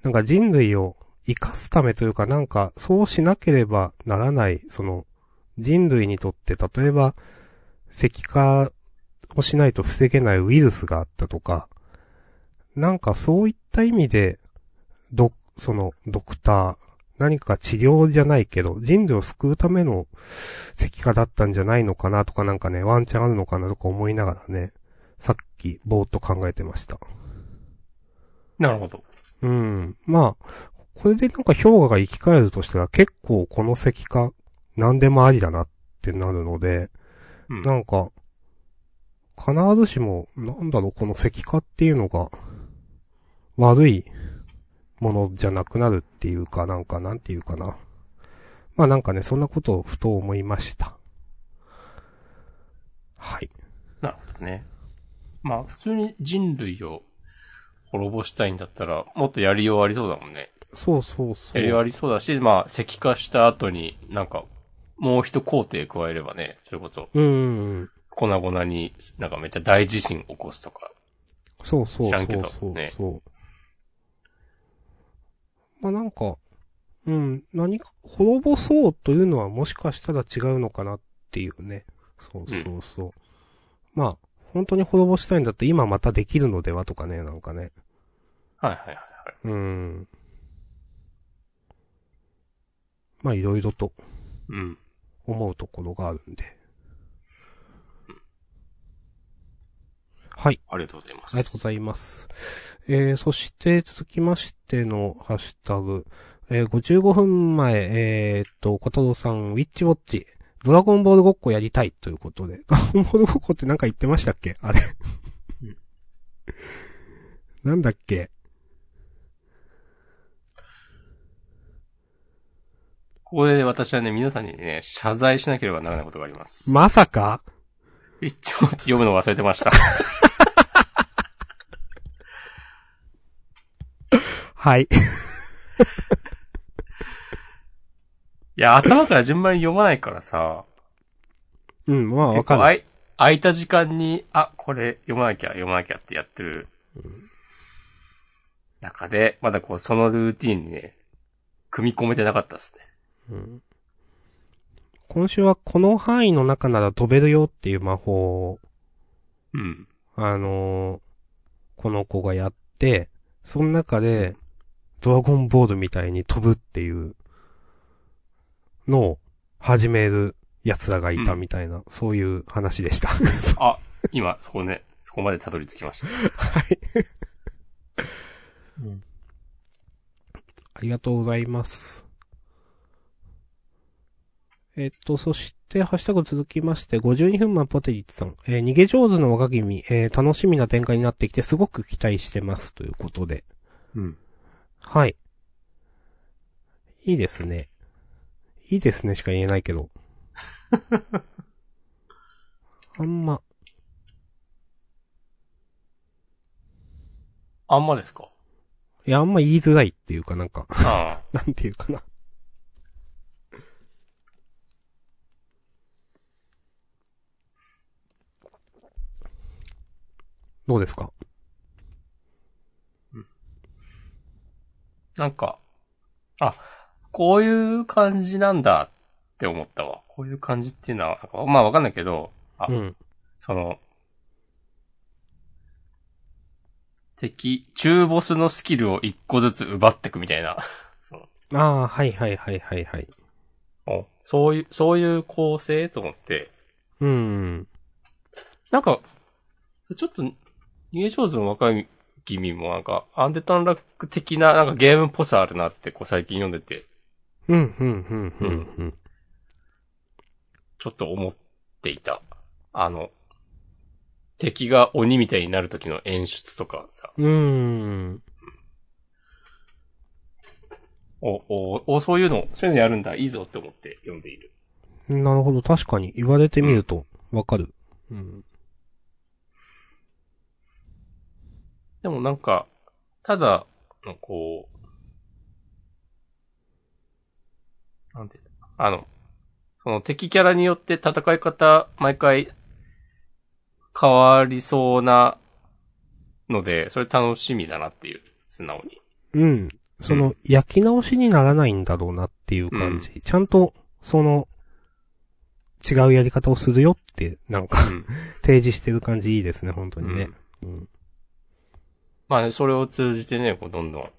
[SPEAKER 2] なんか人類を生かすためというかなんかそうしなければならない、その人類にとって例えば石化をしないと防げないウイルスがあったとか、なんかそういった意味で、ど、そのドクター、何か治療じゃないけど、人類を救うための石化だったんじゃないのかなとかなんかね、ワンチャンあるのかなとか思いながらね、さっきぼーっと考えてました。
[SPEAKER 1] なるほど。
[SPEAKER 2] うん。まあ、これでなんか氷河が生き返るとしたら結構この石化、何でもありだなってなるので、
[SPEAKER 1] うん。
[SPEAKER 2] なんか、必ずしも、なんだろう、この石化っていうのが、悪いものじゃなくなるっていうか、なんか、なんていうかな。まあなんかね、そんなことをふと思いました。はい。
[SPEAKER 1] なるほどね。まあ、普通に人類を滅ぼしたいんだったら、もっとやりようありそうだもんね。
[SPEAKER 2] そうそうそ
[SPEAKER 1] やりようあ
[SPEAKER 2] う。
[SPEAKER 1] りそうだし、まあ、石化した後に、なんか、もう一工程加えればね、それこそ、
[SPEAKER 2] うん。
[SPEAKER 1] 粉々に、なんかめっちゃ大地震起こすとか。
[SPEAKER 2] そうそう
[SPEAKER 1] 知
[SPEAKER 2] そ
[SPEAKER 1] らん
[SPEAKER 2] う
[SPEAKER 1] けど
[SPEAKER 2] そう
[SPEAKER 1] ね
[SPEAKER 2] そう、まあなんか、うん、何か、滅ぼそうというのはもしかしたら違うのかなっていうね。そうそうそう。まあ、本当に滅ぼしたいんだって今またできるのではとかね、なんかね。
[SPEAKER 1] はいはいはいはい。
[SPEAKER 2] うん。まあいろいろと
[SPEAKER 1] うん。
[SPEAKER 2] 思うところがあるんで。はい。
[SPEAKER 1] ありがとうございます。
[SPEAKER 2] ありがとうございます。えー、そして続きましてのハッシュタグ、えー、55分前、えー、っと、小太郎さん、ウィッチウォッチ、ドラゴンボールごっこやりたいということで。 <laughs> ドラゴンボールごっこってなんか言ってましたっけあれ
[SPEAKER 1] うん。
[SPEAKER 2] なんだっけ
[SPEAKER 1] ここで私はね、皆さんにね、謝罪しなければならないことがあります。
[SPEAKER 2] まさか
[SPEAKER 1] <laughs> 一応読むの忘れてました。
[SPEAKER 2] はい。
[SPEAKER 1] いや、頭から順番に読まないからさ。
[SPEAKER 2] うん、まあわか
[SPEAKER 1] 結
[SPEAKER 2] る。
[SPEAKER 1] 構あい空いた時間に、あ、これ読まなきゃ、読まなきゃってやってる。中で、まだこう、そのルーティンにね、組み込めてなかったですね。
[SPEAKER 2] うん今週はこの範囲の中なら飛べるよっていう魔法を
[SPEAKER 1] うん。
[SPEAKER 2] あのーこの子がやって、その中で、ドラゴンボールみたいに飛ぶっていうのを始める奴らがいたみたいな、そういう話でした。
[SPEAKER 1] あ、今、そこね、そこまでたどり着きました。
[SPEAKER 2] はい。 <laughs> ありがとうございます。えっと、そして、ハッシュタグ続きまして、52分前ポテリッツさん、えー逃げ上手の若君、えー楽しみな展開になってきて、すごく期待してます、ということで。
[SPEAKER 1] うん。
[SPEAKER 2] はい。いいですね。いいですねしか言えないけど。あんま、
[SPEAKER 1] あんまですか
[SPEAKER 2] いや、あんま言いづらいっていうかなんか、 <laughs>
[SPEAKER 1] あ
[SPEAKER 2] なんていうかな。どうですか
[SPEAKER 1] あ。なんか、あ、こういう感じなんだって思ったわ。こういう感じっていうのは、なんかまあわかんないけど、あ、
[SPEAKER 2] うん。
[SPEAKER 1] その、敵、中ボスのスキルを一個ずつ奪ってくみたいな。その
[SPEAKER 2] ああ、はいはいはいはいはい。
[SPEAKER 1] おそういう、そういう構成と思って。
[SPEAKER 2] うん。
[SPEAKER 1] なんか、ちょっと、逃げ上手の若い君もなんか、アンデッドアンラック的ななんかゲームっぽさあるなってこう最近読んでて、
[SPEAKER 2] うん、うん、うん、うん、うん。
[SPEAKER 1] ちょっと思っていた。あの、敵が鬼みたいになる時の演出とかさ、
[SPEAKER 2] うーん。
[SPEAKER 1] お、お、お、そういうの、そういうのやるんだ、いいぞって思って読んでいる。
[SPEAKER 2] なるほど、確かに。言われてみると、わかる。うん。
[SPEAKER 1] でもなんか、ただ、のこう、なんていうのあの、その敵キャラによって戦い方、毎回、変わりそうなので、それ楽しみだなっていう、素直に。
[SPEAKER 2] うん。その、焼き直しにならないんだろうなっていう感じ。ちゃんと、その、違うやり方をするよって、なんか、
[SPEAKER 1] うん
[SPEAKER 2] <laughs> 提示してる感じいいですね、本当にね。うん
[SPEAKER 1] まあね、それを通じてね、こうどんどん、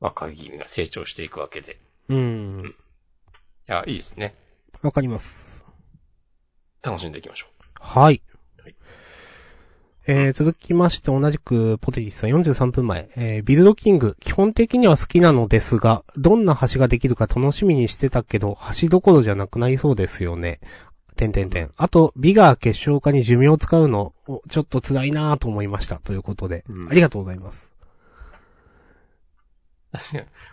[SPEAKER 1] 若君が成長していくわけで。い
[SPEAKER 2] うん。
[SPEAKER 1] や、いいですね。
[SPEAKER 2] わかります。
[SPEAKER 1] 楽しんでいきましょう。
[SPEAKER 2] はい
[SPEAKER 1] はい。
[SPEAKER 2] えー、続きまして同じく、ポテリスさん43分前、えー、ビルドキング、基本的には好きなのですが、どんな橋ができるか楽しみにしてたけど、橋どころじゃなくなりそうですよね。点点点。あと、ビガー結晶化に寿命を使うの、おちょっと辛いなぁと思いました。ということで、
[SPEAKER 1] <laughs> うん
[SPEAKER 2] ありがとうございます。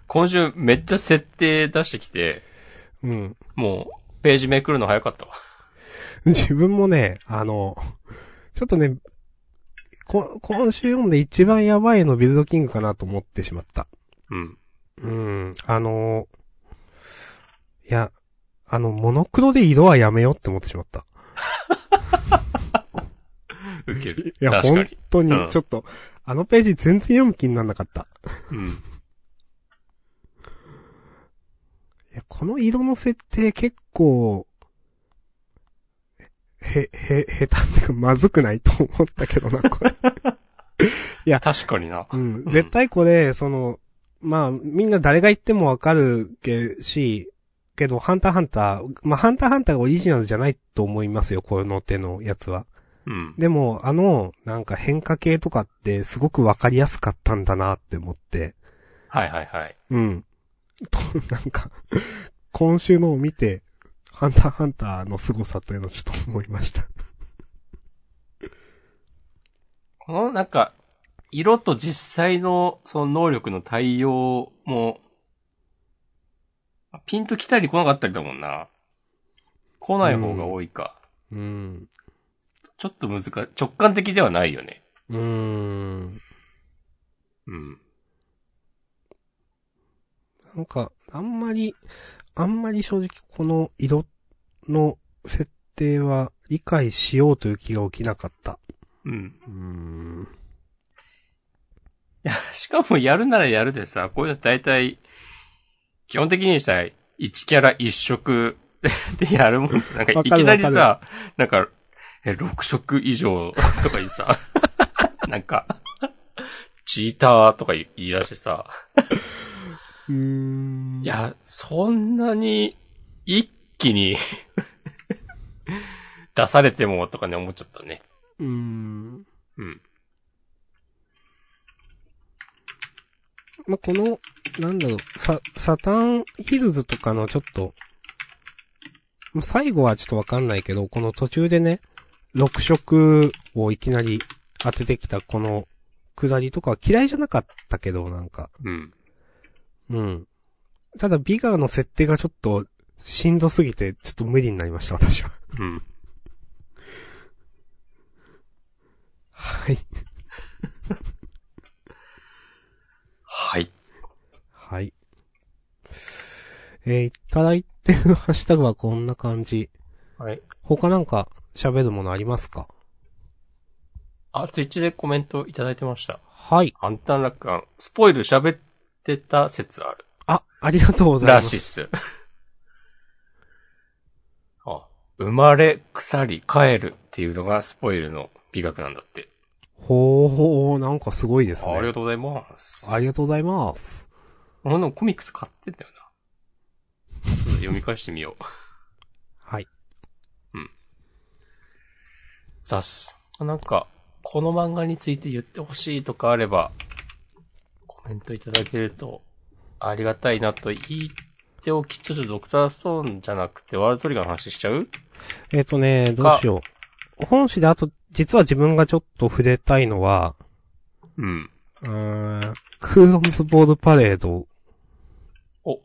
[SPEAKER 1] 今週めっちゃ設定出してきて、
[SPEAKER 2] うん。 <laughs>
[SPEAKER 1] もう、ページめくるの早かったわ。
[SPEAKER 2] 自分もね、あの、ちょっとね、こ、今週読んで一番やばいのビルドキングかなと思ってしまった。
[SPEAKER 1] うん。
[SPEAKER 2] うん、あの、いや、あの、モノクロで色はやめようって思ってしまった。
[SPEAKER 1] 受ける。
[SPEAKER 2] いや、
[SPEAKER 1] 確か
[SPEAKER 2] 本
[SPEAKER 1] に。
[SPEAKER 2] 当に
[SPEAKER 1] うん、
[SPEAKER 2] ちょっと、あのページ全然読む気にならなかった。
[SPEAKER 1] うん。
[SPEAKER 2] いや、この色の設定結構、へ、へ、下手っていうか、まずくないと思ったけどな、こ <laughs> れ。
[SPEAKER 1] 確かにな。
[SPEAKER 2] うん。絶対これ、その、まあ、みんな誰が言ってもわかるけし、けど、ハンターハンター、まあ、ハンターハンターがオリジナルじゃないと思いますよ、この手のやつは。
[SPEAKER 1] うん。
[SPEAKER 2] でも、あの、なんか変化系とかってすごくわかりやすかったんだなって思って、
[SPEAKER 1] はいはいはい。
[SPEAKER 2] うん。と、なんか、今週のを見て、ハンターハンターの凄さというのをちょっと思いました。
[SPEAKER 1] このなんか、色と実際のその能力の対応も、ピンと来たり来なかったりだもんな。来ない方が多いか。
[SPEAKER 2] うん。
[SPEAKER 1] ちょっと難しい。直感的ではないよね。
[SPEAKER 2] うーん。
[SPEAKER 1] うん。
[SPEAKER 2] なんか、あんまり、あんまり正直この色の設定は理解しようという気が起きなかった。
[SPEAKER 1] うん。
[SPEAKER 2] うーん。
[SPEAKER 1] いや、しかもやるならやるでさ、こういうの大体、基本的にさ、1キャラ1色 <laughs> でやるもんさなんか
[SPEAKER 2] わ
[SPEAKER 1] い
[SPEAKER 2] かる
[SPEAKER 1] きなり
[SPEAKER 2] わ
[SPEAKER 1] さ、なんか、え、6色以上 <laughs> とかにさ、なんか、チーターとか言い出してさ、
[SPEAKER 2] うーん。
[SPEAKER 1] い、や、そんなに、一気に、出されてもとかね、思っちゃったね。
[SPEAKER 2] うーん。
[SPEAKER 1] うん。
[SPEAKER 2] まあ、この、なんだろう、サ、サタンヒルズとかのちょっと、まあ最後はちょっとわかんないけど、この途中でね、6色をいきなり当ててきたこの下りとかは嫌いじゃなかったけど、なんか。
[SPEAKER 1] うん。
[SPEAKER 2] うん。ただ、ビガーの設定がちょっと、しんどすぎて、ちょっと無理になりました、私は。
[SPEAKER 1] うん。
[SPEAKER 2] はい。
[SPEAKER 1] はい。
[SPEAKER 2] はい。えーいただいてるハッシュタグはこんな感じ。
[SPEAKER 1] はい。
[SPEAKER 2] 他なんか喋るものありますか
[SPEAKER 1] あ、ツイッチでコメントいただいてました。
[SPEAKER 2] はい。
[SPEAKER 1] 簡単楽観。スポイル喋ってた説ある。
[SPEAKER 2] あ、ありがとうござい
[SPEAKER 1] ら
[SPEAKER 2] ま
[SPEAKER 1] しい
[SPEAKER 2] す。
[SPEAKER 1] っす。 <laughs> あ、生まれ、腐り、帰るっていうのがスポイルの美学なんだって。
[SPEAKER 2] ほうほう、なんかすごいですね。
[SPEAKER 1] あありがとうございます。
[SPEAKER 2] ありがとうございます。
[SPEAKER 1] 俺のコミックス買ってんだよな。ちょっと読み返してみよう。
[SPEAKER 2] はい。
[SPEAKER 1] 雑誌。なんか、この漫画について言ってほしいとかあれば、コメントいただけると、ありがたいなと言っておきつつ、ドクターストーンじゃなくて、ワールドトリガーの話しちゃう
[SPEAKER 2] えっ、とね、どうしよう。本誌であと、実は自分がちょっと触れたいのは、
[SPEAKER 1] うん。
[SPEAKER 2] うーん、クーロンズボールパレード
[SPEAKER 1] お、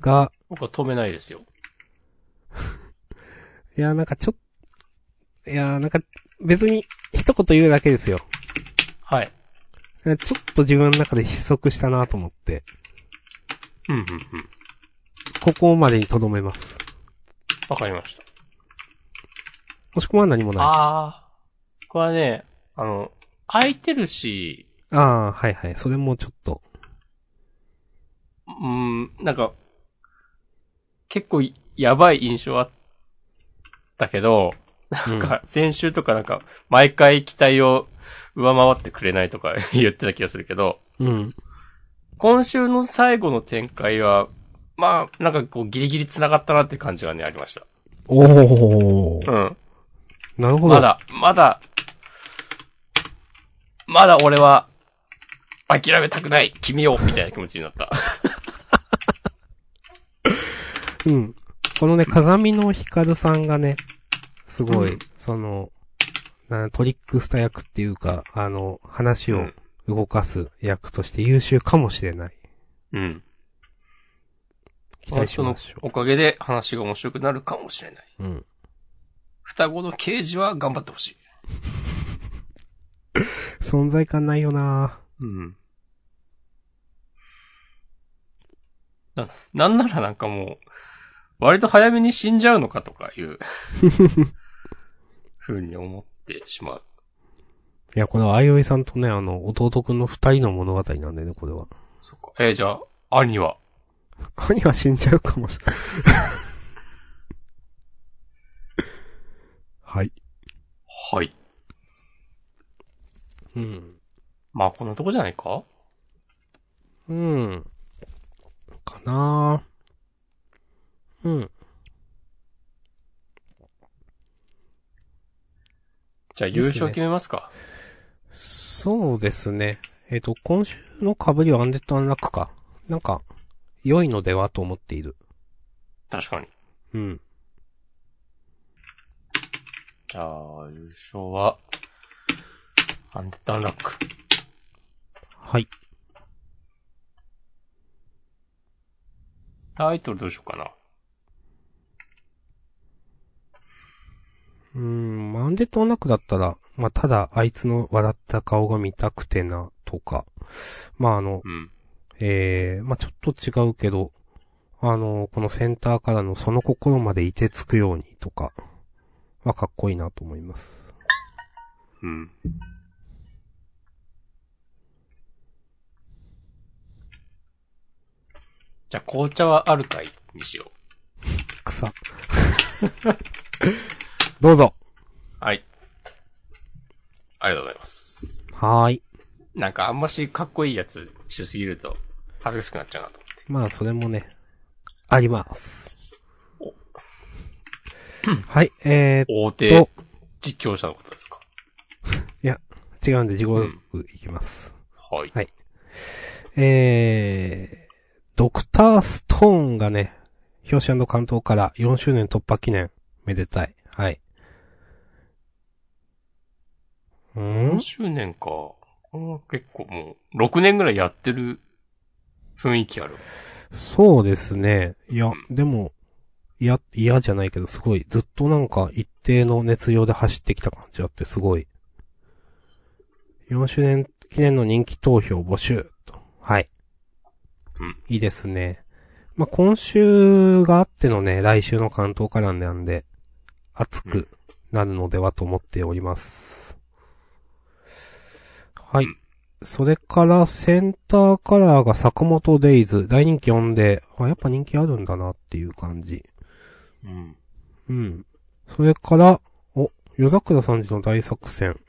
[SPEAKER 2] が、
[SPEAKER 1] 僕は止めないですよ。
[SPEAKER 2] いや、なんかちょっいや、なんか別に一言言うだけですよ。
[SPEAKER 1] はい。
[SPEAKER 2] ちょっと自分の中で失速したなと思って、
[SPEAKER 1] うんうんうん。
[SPEAKER 2] ここまでに留めます。
[SPEAKER 1] わかりました。
[SPEAKER 2] もしくは何もない。
[SPEAKER 1] ああ。これはね、あの、空いてるし、
[SPEAKER 2] ああー、はいはい。それもちょっと。
[SPEAKER 1] うん、なんか、結構やばい印象あったけど、なんか先週とかなんか、毎回期待を上回ってくれないとか <laughs> 言ってた気がするけど、
[SPEAKER 2] うん。
[SPEAKER 1] 今週の最後の展開は、まあ、なんかこうギリギリ繋がったなって感じがね、ありました。
[SPEAKER 2] お
[SPEAKER 1] う
[SPEAKER 2] お、
[SPEAKER 1] ん。
[SPEAKER 2] なるほど。
[SPEAKER 1] ま。だ、まだ、まだ俺は、諦めたくない、君を、みたいな気持ちになった。
[SPEAKER 2] うん。このね、鏡の光さんがね、すごい、
[SPEAKER 1] うん
[SPEAKER 2] その、なトリックスタ役っていうか、あの、話
[SPEAKER 1] う
[SPEAKER 2] を
[SPEAKER 1] ん
[SPEAKER 2] 動かす役として優秀かもしれない。
[SPEAKER 1] うん。
[SPEAKER 2] 期待しましょ
[SPEAKER 1] おかげで話が面白くなるかもしれない。
[SPEAKER 2] う。うん。
[SPEAKER 1] 双子の刑事は頑張ってほしい。
[SPEAKER 2] 存在感ないよな
[SPEAKER 1] うん。な、なんならなんかもう、割と早めに死んじゃうのかとか <laughs> いう、ふうに思ってしまう。
[SPEAKER 2] いや、これはあいおいさんとね、あの、弟くんの二人の物語なんだよね、これは。
[SPEAKER 1] そっか。えーじゃあ、兄は、
[SPEAKER 2] 兄は死んじゃうかもしれない。 <laughs> はい。
[SPEAKER 1] はい。
[SPEAKER 2] うん。
[SPEAKER 1] まあ、こんなとこじゃないか
[SPEAKER 2] うん。かなぁ。うん。
[SPEAKER 1] じゃあ、優勝決めますか。
[SPEAKER 2] そうですね。えっ、と、今週の被りはアンデッドアンラックか。なんか、良いのではと思っている。
[SPEAKER 1] 確かに。
[SPEAKER 2] うん。
[SPEAKER 1] じゃあ、優勝は、アンデッドアンラック。
[SPEAKER 2] はい。
[SPEAKER 1] タイトルどうしようかな。
[SPEAKER 2] うーん、まあアンデッドアンラックだったら、まあ、ただ、あいつの笑った顔が見たくてな、とか。まあ、あの、
[SPEAKER 1] うん。
[SPEAKER 2] ええまあ、ちょっと違うけど、あの、このセンターからのその心までいてつくようにとか、はかっこいいなと思います。
[SPEAKER 1] うん。じゃあ、紅茶はあるかいにしよ
[SPEAKER 2] 草。 <laughs> どうぞ。
[SPEAKER 1] う。はい。ありがとうございます。
[SPEAKER 2] はーい。
[SPEAKER 1] なんか、あんましかっこいいやつしすぎると、恥ずかしくなっちゃうなと思って。
[SPEAKER 2] まあ、それもね、あります。はい、えー、っ
[SPEAKER 1] 大
[SPEAKER 2] と
[SPEAKER 1] 手、実況者のことですか。
[SPEAKER 2] 違うんで、自己予告いきます。
[SPEAKER 1] はい。
[SPEAKER 2] はいえー、ドクターストーンがね、表紙関東から4周年突破記念、めでたい。はい。うー
[SPEAKER 1] 4
[SPEAKER 2] ん
[SPEAKER 1] 周年か。これは結構もう、6年ぐらいやってる雰囲気ある。
[SPEAKER 2] そうですね。いや、でも、いや、嫌じゃないけど、すごい、ずっとなんか一定の熱量で走ってきた感じあって、すごい。4周年記念の人気投票募集と。はい。
[SPEAKER 1] うん。
[SPEAKER 2] いいですね。まあ、今週があってのね、来週の関東からなんで、熱くなるのではと思っております。はいう
[SPEAKER 1] ん
[SPEAKER 2] それから、センターカラーが坂本デイズ。大人気呼んで、あ、やっぱ人気あるんだなっていう感じ。
[SPEAKER 1] うん。
[SPEAKER 2] うん。それから、お、夜桜さんじの大作戦。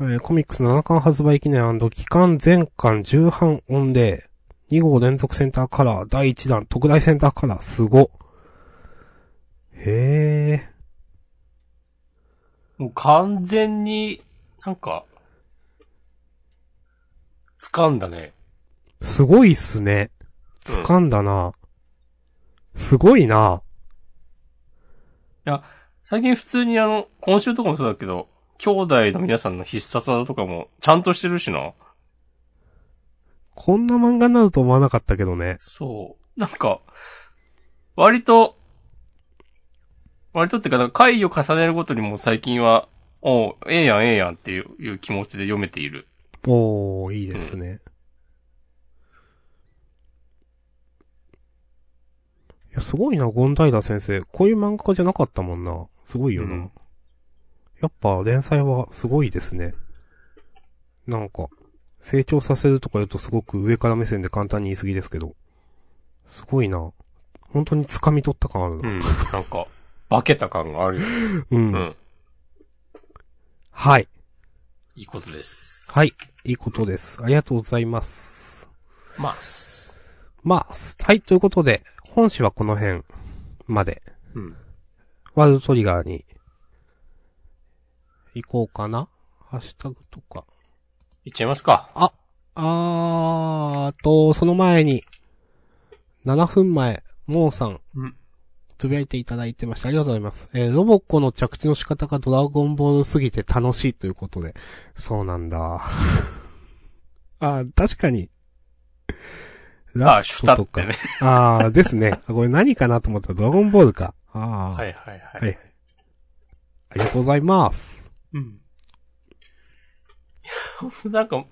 [SPEAKER 2] えーコミックス7巻発売記念期間全巻重版オンデー。2号連続センターカラー、第1弾、特大センターカラー、すご。へえ。
[SPEAKER 1] もう完全に、なんか、掴んだね。
[SPEAKER 2] すごいっすね。掴んだな。すごいな。
[SPEAKER 1] 最近普通にあの、今週とかもそうだけど、兄弟の皆さんの必殺技とかも、ちゃんとしてるしな。
[SPEAKER 2] こんな漫画になると思わなかったけどね。
[SPEAKER 1] そう。なんか、割と、割とってか、なんか回を重ねるごとにもう最近は、おうええやん、ええやんっていういう気持ちで読めている。
[SPEAKER 2] おー、いいですね。いや、すごいな、ゴンダイダ先生。こういう漫画家じゃなかったもんな。すごいよな。
[SPEAKER 1] うん
[SPEAKER 2] やっぱ、連載はすごいですね。なんか、成長させるとか言うとすごく上から目線で簡単に言い過ぎですけど。すごいな。本当に掴み取った感ある
[SPEAKER 1] う
[SPEAKER 2] な。
[SPEAKER 1] ん。なんか、化けた感があるよ。
[SPEAKER 2] うん。
[SPEAKER 1] うん。
[SPEAKER 2] はい。
[SPEAKER 1] いいことです。
[SPEAKER 2] はい。いいことです。ありがとうございます。
[SPEAKER 1] まあ、
[SPEAKER 2] まあ、すはい、ということで、本誌はこの辺まで、
[SPEAKER 1] うん。
[SPEAKER 2] ワールドトリガーに、行こうかなハッシュタグとか。
[SPEAKER 1] いっちゃいますか。
[SPEAKER 2] あーと、その前に、7分前、モーさん、
[SPEAKER 1] うん。
[SPEAKER 2] つぶやいていただいてました。ありがとうございます。えーロボコの着地の仕方がドラゴンボールすぎて楽しいということで。そうなんだ。あー、確かに。
[SPEAKER 1] あ
[SPEAKER 2] ラ
[SPEAKER 1] あ、
[SPEAKER 2] ス
[SPEAKER 1] シュタ
[SPEAKER 2] トと
[SPEAKER 1] っ
[SPEAKER 2] か
[SPEAKER 1] て。ね。
[SPEAKER 2] ああ、ですね。あこれ何かなと思ったらドラゴンボールか。ああ、
[SPEAKER 1] はいはい
[SPEAKER 2] は
[SPEAKER 1] はいい。
[SPEAKER 2] ありがとうござい <laughs> ます。
[SPEAKER 1] うん。いや <laughs> なんか、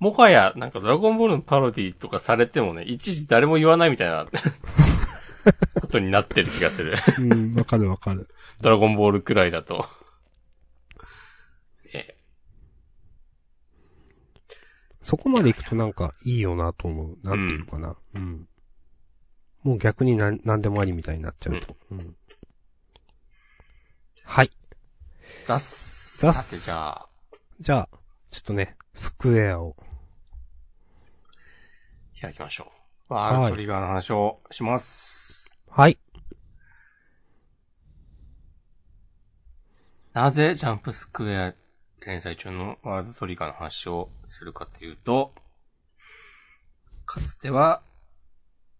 [SPEAKER 1] もはや、なんかドラゴンボールのパロディとかされてもね、一時誰も言わないみたい <laughs> な、ことになってる気がする。
[SPEAKER 2] うん、わかるわかる。
[SPEAKER 1] ドラゴンボールくらいだと。ね
[SPEAKER 2] そこまで行くとなんかいいよなと思う。なんていうかな。うん。もう逆になん何でもありみたいになっちゃうと。うん。はい。
[SPEAKER 1] ざっす。
[SPEAKER 2] ざっ
[SPEAKER 1] さ
[SPEAKER 2] す
[SPEAKER 1] てじゃあ、
[SPEAKER 2] じゃあ、ちょっとね、スクエアを。
[SPEAKER 1] 開きましょう。ワールドトリガーの話をします。
[SPEAKER 2] はい。
[SPEAKER 1] なぜジャンプスクエア連載中のワールドトリガーの話をするかというと、かつては、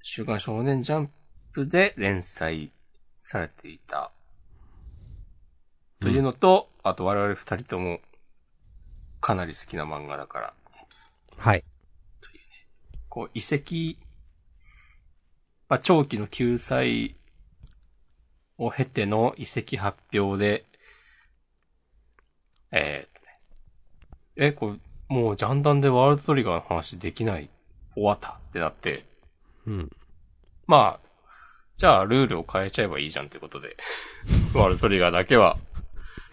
[SPEAKER 1] 週刊少年ジャンプで連載されていた。というのと、あと我々二人とも、かなり好きな漫画だから、
[SPEAKER 2] はい。
[SPEAKER 1] こう、遺跡、まあ、長期の救済を経ての遺跡発表で、えーえ、これ、もうジャンダンでワールドトリガーの話できない、終わったってなって、
[SPEAKER 2] うん。
[SPEAKER 1] まあ、じゃあルールを変えちゃえばいいじゃんってことで、 <laughs> ワールドトリガーだけは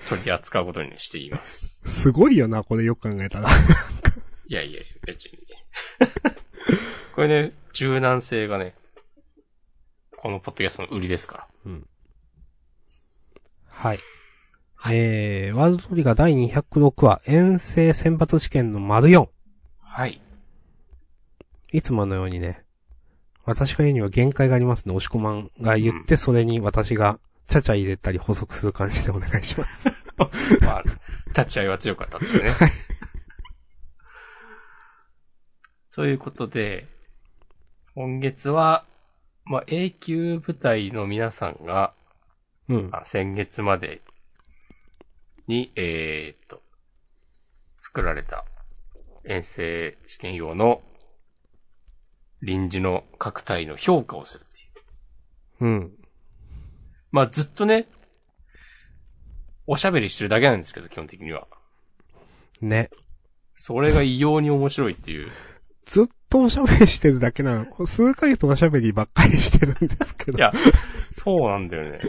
[SPEAKER 1] 取り扱うことにしています。
[SPEAKER 2] すごいよな、これよく考えたら。
[SPEAKER 1] いやいや、別にね。これね、柔軟性がね、このポッドキャストの売りですから。
[SPEAKER 2] はい。えー、ワールドトリガー第206話、遠征選抜試験の丸4。
[SPEAKER 1] はい。
[SPEAKER 2] いつものようにね、私が言うには限界がありますね。押し込まんが言って、それに私がちゃちゃ入れたり補足する感じでお願いし
[SPEAKER 1] <laughs>
[SPEAKER 2] ます。
[SPEAKER 1] まあ、立ち合いは強かったっていうね。ということで、今月は、まあ、A 級部隊の皆さんが、
[SPEAKER 2] うん。
[SPEAKER 1] あ先月までに、えーっと、作られた遠征試験用の臨時の各体の評価をするっていう。
[SPEAKER 2] うん。
[SPEAKER 1] まあずっとね、おしゃべりしてるだけなんですけど、基本的には。
[SPEAKER 2] ね。
[SPEAKER 1] それが異様に面白いっていう。
[SPEAKER 2] ずっとおしゃべりしてるだけなの。数ヶ月おしゃべりばっかりしてるんですけど。
[SPEAKER 1] いや、 <laughs> そうなんだよね。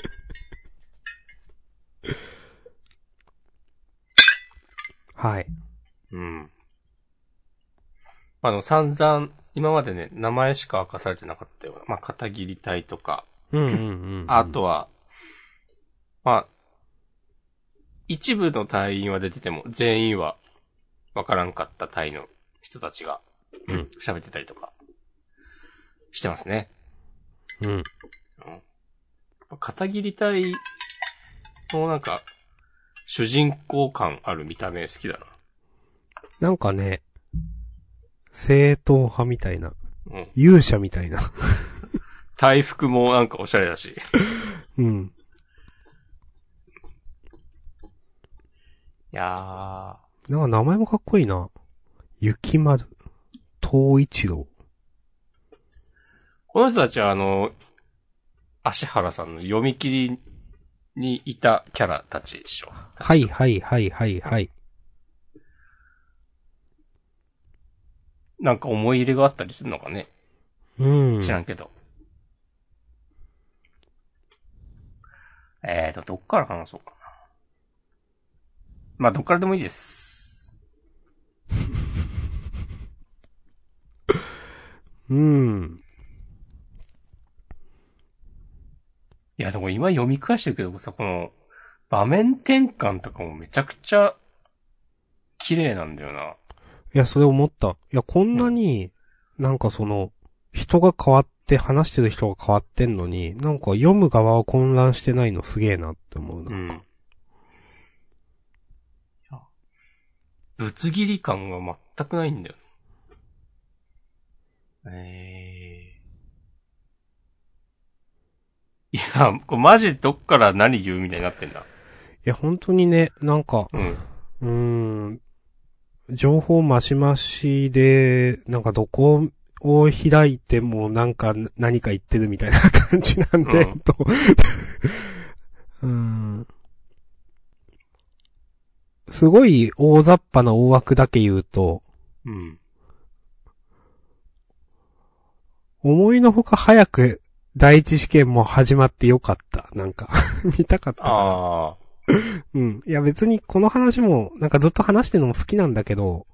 [SPEAKER 2] はい。
[SPEAKER 1] うん。あの、散々、今までね、名前しか明かされてなかったような。まあ、片桐隊とか、
[SPEAKER 2] うんうんうん。
[SPEAKER 1] あとは、まあ、一部の隊員は出てても、全員は、わからんかった隊の人たちが
[SPEAKER 2] うん、
[SPEAKER 1] 喋ってたりとか、してますね。
[SPEAKER 2] うん。
[SPEAKER 1] 片桐隊のなんか、主人公感ある見た目好きだ
[SPEAKER 2] なんかね、正統派みたいな。
[SPEAKER 1] な。うん。
[SPEAKER 2] 勇者みたいな。
[SPEAKER 1] 隊服もなんかおしゃれだし。
[SPEAKER 2] うん。
[SPEAKER 1] いや
[SPEAKER 2] なんか名前もかっこいいな。雪丸、東一郎。
[SPEAKER 1] この人たちはあの、足原さんの読み切りにいたキャラたちでしょ。
[SPEAKER 2] はいはいはいはいはい。
[SPEAKER 1] なんか思い入れがあったりするのかね。
[SPEAKER 2] うん。
[SPEAKER 1] 知らんけど。えーと、どっから話そうかな。まあ、どっからでもいいです。
[SPEAKER 2] うん。
[SPEAKER 1] いや、でも今読み返してるけどさ、この、場面転換とかもめちゃくちゃ、綺麗なんだよな。
[SPEAKER 2] いや、それ思った。いや、こんなに、なんかその、人が変わって、話してる人が変わってんのに、なんか読む側は混乱してないのすげえなって思うな。
[SPEAKER 1] うん。いやぶつ切り感が全くないんだよ。えー。いや、これマジどっから何言うみたいになってんだ。
[SPEAKER 2] いや、本当にね、なんか、
[SPEAKER 1] うん。
[SPEAKER 2] うーん、情報マシマシで、なんかどこを開いてもなんか何か言ってるみたいな感じなんで、
[SPEAKER 1] うん
[SPEAKER 2] と。 <laughs> うーん。すごい大雑把な大枠だけ言うと、
[SPEAKER 1] うん。
[SPEAKER 2] 思いのほか早く第一試験も始まってよかった。なんか、 <laughs> 見たかったから
[SPEAKER 1] ああ。
[SPEAKER 2] うん。いや別にこの話も、なんかずっと話してるのも好きなんだけど、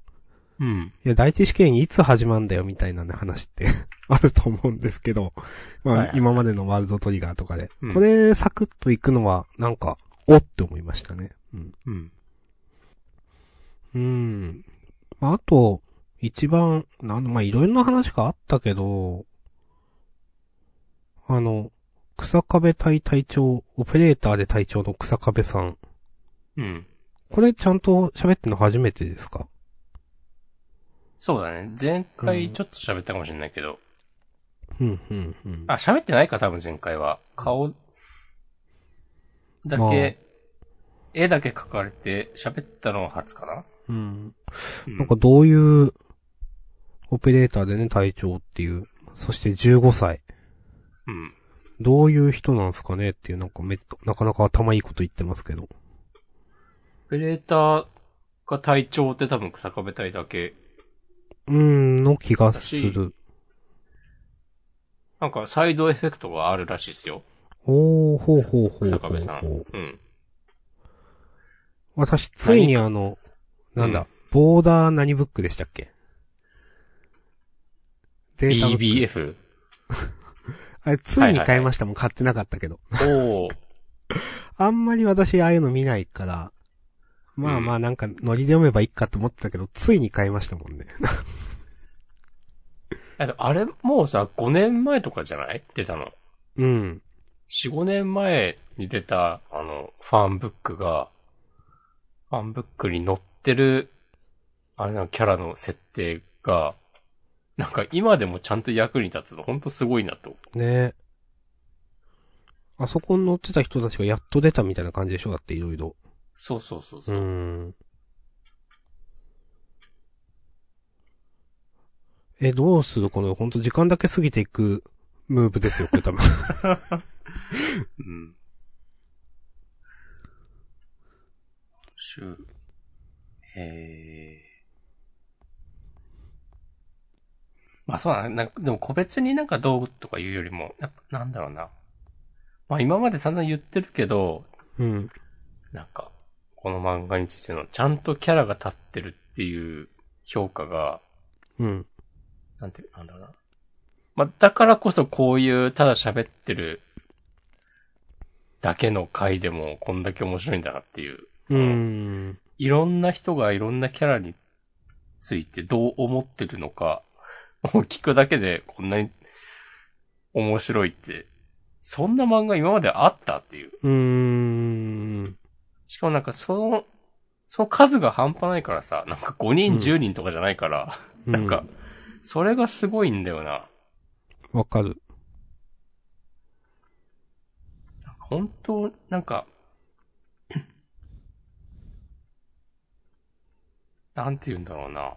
[SPEAKER 1] うん。
[SPEAKER 2] いや、第一試験いつ始まんだよみたいなね、話って <laughs> あると思うんですけど、まあ、
[SPEAKER 1] はいはい
[SPEAKER 2] 今までのワールドトリガーとかで、
[SPEAKER 1] うん
[SPEAKER 2] これサクッといくのは、なんか、おって思いましたね。うん。
[SPEAKER 1] うん。
[SPEAKER 2] うん。まあ、あと、一番、なんまあ、いろいろな話があったけど、あの、草壁隊隊長、オペレーターで隊長の草壁さん。
[SPEAKER 1] うん。
[SPEAKER 2] これちゃんと喋ってんの初めてですか
[SPEAKER 1] そうだね。前回ちょっと喋ったかもしれないけど。
[SPEAKER 2] うん、うん、うん。
[SPEAKER 1] あ、喋ってないか、多分前回は。顔、だ
[SPEAKER 2] まあ
[SPEAKER 1] け、絵だけ描かれて、喋ったのは初かな、
[SPEAKER 2] うん。
[SPEAKER 1] うん
[SPEAKER 2] なんかどういう、オペレーターでね、隊長っていう。そして15歳。
[SPEAKER 1] うん。
[SPEAKER 2] どういう人なんすかねっていう、なんかめっ、なかなか頭いいこと言ってますけど。
[SPEAKER 1] オペレーターが隊長って多分草壁隊だけ。
[SPEAKER 2] うーん、の気がする。
[SPEAKER 1] なんかサイドエフェクトがあるらしいっすよ。
[SPEAKER 2] おー、ほうほうほうほう
[SPEAKER 1] 草壁さん。
[SPEAKER 2] ほう
[SPEAKER 1] うん。
[SPEAKER 2] 私、ついにあの、なんだ、
[SPEAKER 1] うん
[SPEAKER 2] ボーダー何ブックでしたっけデータブック。 <laughs>
[SPEAKER 1] BBF。
[SPEAKER 2] あれ、ついに買いましたもん、買ってなかったけど。
[SPEAKER 1] おー。
[SPEAKER 2] あんまり私、ああいうの見ないから、まあまあ、なんか、ノリで読めばいいかと思ってたけど、ついに買いましたもんね。
[SPEAKER 1] あとあれ、もうさ、5年前とかじゃない出たの。
[SPEAKER 2] うん。
[SPEAKER 1] 4、5年前に出た、あの、ファンブックが、ファンブックに載ってる、あれなの、キャラの設定が、なんか今でもちゃんと役に立つの、ほんとすごいなと。
[SPEAKER 2] ねあそこに乗ってた人たちがやっと出たみたいな感じでしょだっていろいろ。
[SPEAKER 1] そうそうそうそうう。
[SPEAKER 2] ん。え、どうするこの、ほんと時間だけ過ぎていくムーブですよ、これ多分。
[SPEAKER 1] <laughs> うん。しゅ、えー。まあそうだね。なんかでも個別になんか道具とか言うよりも、やっぱなんだろうな。まあ今まで散々言ってるけど、
[SPEAKER 2] うん。
[SPEAKER 1] なんか、この漫画についての、ちゃんとキャラが立ってるっていう評価が、
[SPEAKER 2] うん。
[SPEAKER 1] なんて、なんだろうな。まあ、だからこそこういう、ただ喋ってる、だけの回でも、こんだけ面白いんだなっていう。
[SPEAKER 2] うん。
[SPEAKER 1] いろんな人がいろんなキャラについてどう思ってるのか、もう聞くだけでこんなに面白いって、そんな漫画今まであったっていう。
[SPEAKER 2] うん。
[SPEAKER 1] しかもなんかその、その数が半端ないからさ、なんか5人、
[SPEAKER 2] うん
[SPEAKER 1] 10人とかじゃないから、なんか、それがすごいんだよな。
[SPEAKER 2] わかる。
[SPEAKER 1] 本当、なんか、なんて言うんだろうな。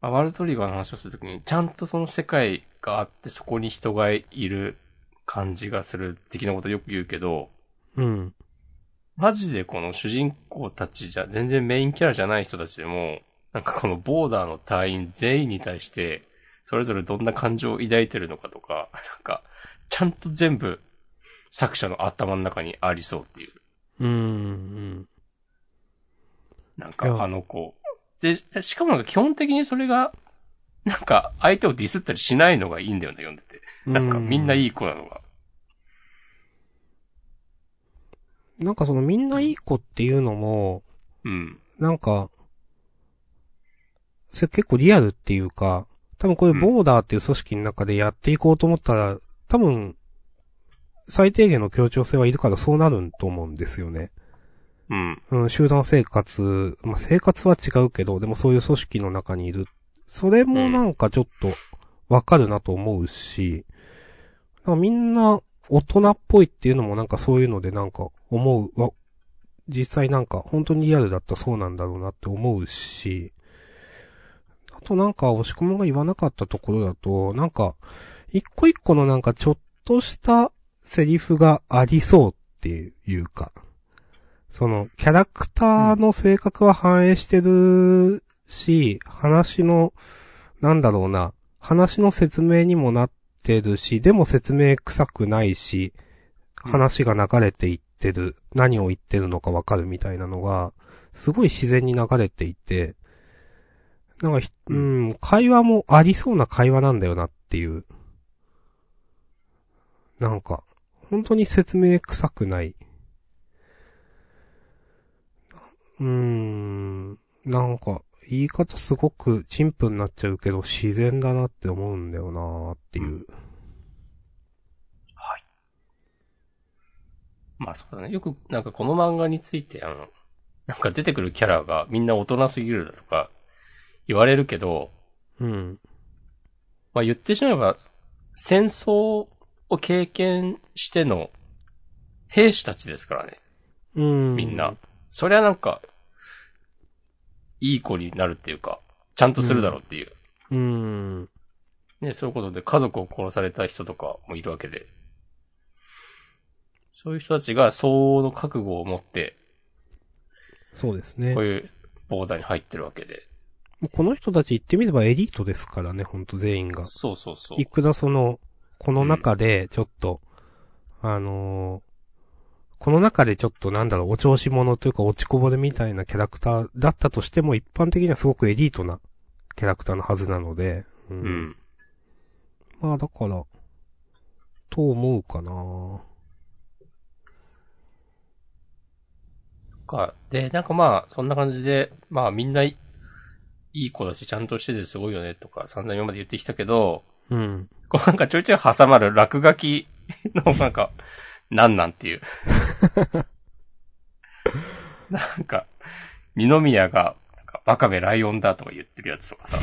[SPEAKER 1] まあワールドトリガーの話をするときに、ちゃんとその世界があって、そこに人がいる感じがする的なことよく言うけど、
[SPEAKER 2] うん。
[SPEAKER 1] マジでこの主人公たちじゃ、全然メインキャラじゃない人たちでも、なんかこのボーダーの隊員全員に対して、それぞれどんな感情を抱いてるのかとか、なんか、ちゃんと全部、作者の頭の中にありそうっていう。
[SPEAKER 2] うんうん。
[SPEAKER 1] なん
[SPEAKER 2] いや
[SPEAKER 1] か、あの子。で、しかもなんか基本的にそれが、なんか、相手をディスったりしないのがいいんだよね、読んでて。なんか、みんない
[SPEAKER 2] い。
[SPEAKER 1] い子なのが。
[SPEAKER 2] なんかそのみんないい子っていうのも、
[SPEAKER 1] うん。
[SPEAKER 2] なんか、それ結構リアルっていうか、多分こういうボーダーっていう組織の中でやっていこうと思ったら、多分、最低限の協調性はいるからそうなると思うんですよね。
[SPEAKER 1] うん。
[SPEAKER 2] うん、集団生活、まあ、生活は違うけど、でもそういう組織の中にいる。それもなんかちょっとわかるなと思うし、なんかみんな大人っぽいっていうのもなんかそういうのでなんか思うわ、実際なんか本当にリアルだったらそうなんだろうなって思うし、あとなんか押し込まんが言わなかったところだと、なんか一個一個のなんかちょっとしたセリフがありそうっていうか、その、キャラクターの性格は反映してるし、話の、なんだろうな、話の説明にもなってるし、でも説明臭くないし、
[SPEAKER 1] うん
[SPEAKER 2] 話が流れていってる、何を言ってるのかわかるみたいなのが、すごい自然に流れていて、なんかひ、う、
[SPEAKER 1] うん
[SPEAKER 2] 会話もありそうな会話なんだよなっていう。なんか、本当に説明臭くない。うーん、なんか、言い方すごく陳腐になっちゃうけど、自然だなって思うんだよなーっていう。
[SPEAKER 1] まあそうだね。よく、なんかこの漫画について、あの、なんか出てくるキャラがみんな大人すぎるだとか、言われるけど、
[SPEAKER 2] うん。
[SPEAKER 1] まあ言ってしまえば、戦争を経験しての兵士たちですからね、
[SPEAKER 2] うん。
[SPEAKER 1] みんな。。そりゃなんか、いい子になるっていうか、ちゃんとするだろうっていう。
[SPEAKER 2] うん。
[SPEAKER 1] ね、そういうことで家族を殺された人とかもいるわけで。そういう人たちが相応の覚悟を持って、
[SPEAKER 2] そうですね。
[SPEAKER 1] こ
[SPEAKER 2] も
[SPEAKER 1] ういうボーダーに入ってるわけで。
[SPEAKER 2] うこの人たち言ってみればエリートですからね、ほんと全員が。
[SPEAKER 1] そうそうそう
[SPEAKER 2] い。くらその、この中で、ちょっと、あのーこの中でちょっとなんだろう、お調子者というか落ちこぼれみたいなキャラクターだったとしても、一般的にはすごくエリートなキャラクターのはずなので、
[SPEAKER 1] う。
[SPEAKER 2] う
[SPEAKER 1] ん。
[SPEAKER 2] まあだから、と思うかな
[SPEAKER 1] か。で、なんかまあ、そんな感じで、まあみんないいい子だし、ちゃんとしててすごいよねとか、散々今まで言ってきたけど、 <laughs>
[SPEAKER 2] うん。
[SPEAKER 1] こうなんかちょいちょい挟まる落書きのなんか、なんなんっていう。
[SPEAKER 2] <laughs>
[SPEAKER 1] なんか、二宮が、なんかワカメライオンだとか言ってるやつとかさ。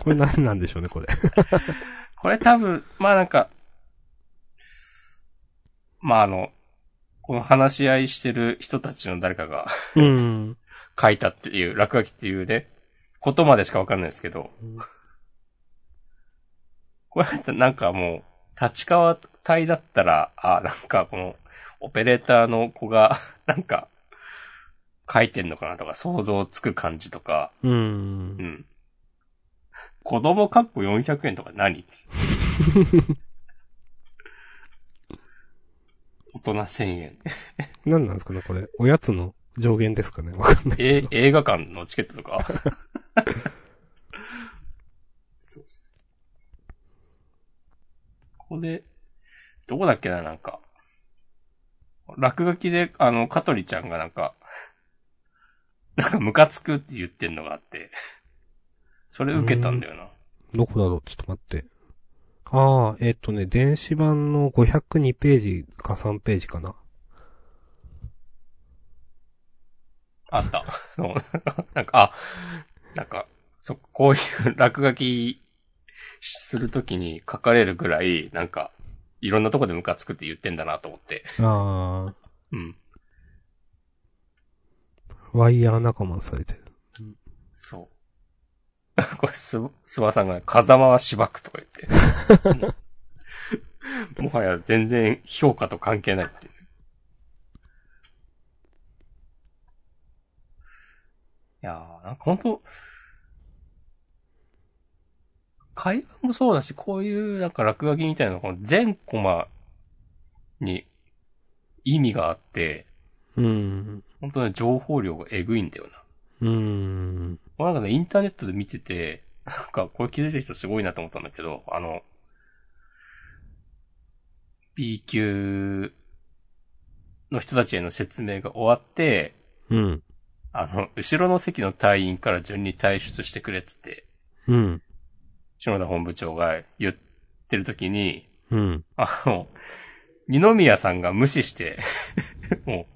[SPEAKER 2] これ何なんでしょうね、これ。
[SPEAKER 1] これ多分、まあなんか、まああの、この話し合いしてる人たちの誰かが、
[SPEAKER 2] うん。
[SPEAKER 1] 書いたっていう、落書きっていうね、ことまでしかわかんないですけど、これだってなんかもう、立川隊だったら、あ、なんかこの、オペレーターの子が、 <laughs> なんか、書いてんのかなとか、想像つく感じとか、
[SPEAKER 2] う。
[SPEAKER 1] うんん。子供かっこ400円とか何大人1000円。
[SPEAKER 2] 何なんですかね、これ。おやつの上限ですかね、わかんない。
[SPEAKER 1] え、映画館のチケットとかそうそうここで、どこだっけな、なんか。落書きで、あの、香取ちゃんがなんか、なんかムカつくって言ってんのがあって、それ受けたんだよな。
[SPEAKER 2] どこだろう、ちょっと待って。ああ、えっ、とね、電子版の502ページか3ページかな。
[SPEAKER 1] あった。そう <laughs> なんか、あ、なんか、そ、こういう落書きするときに書かれるぐらい、なんか、いろんなとこでムカつくって言ってんだなと思って。
[SPEAKER 2] あ
[SPEAKER 1] うん。
[SPEAKER 2] あ、ワイヤー仲間されてる。
[SPEAKER 1] そう。 <laughs> これ、す、すばさんが、風間は芝くとか言って。うん <laughs> もはや全然評価と関係ないっていう。いやー、なんか本当会話もそうだし、こういう、なんか落書きみたいなの、この全コマに意味があって、
[SPEAKER 2] うん。
[SPEAKER 1] 本当ね、情報量がえぐいんだよな。
[SPEAKER 2] うん。
[SPEAKER 1] もうなんかね、インターネットで見てて、なんかこれ気づいてる人すごいなと思ったんだけど、あの、B 級の人たちへの説明が終わって、
[SPEAKER 2] うん。
[SPEAKER 1] あの、後ろの席の隊員から順に退出してくれっつって、
[SPEAKER 2] うん。
[SPEAKER 1] 篠田本部長が言ってる時に、
[SPEAKER 2] うん。
[SPEAKER 1] あの、二宮さんが無視して、 <laughs> もう、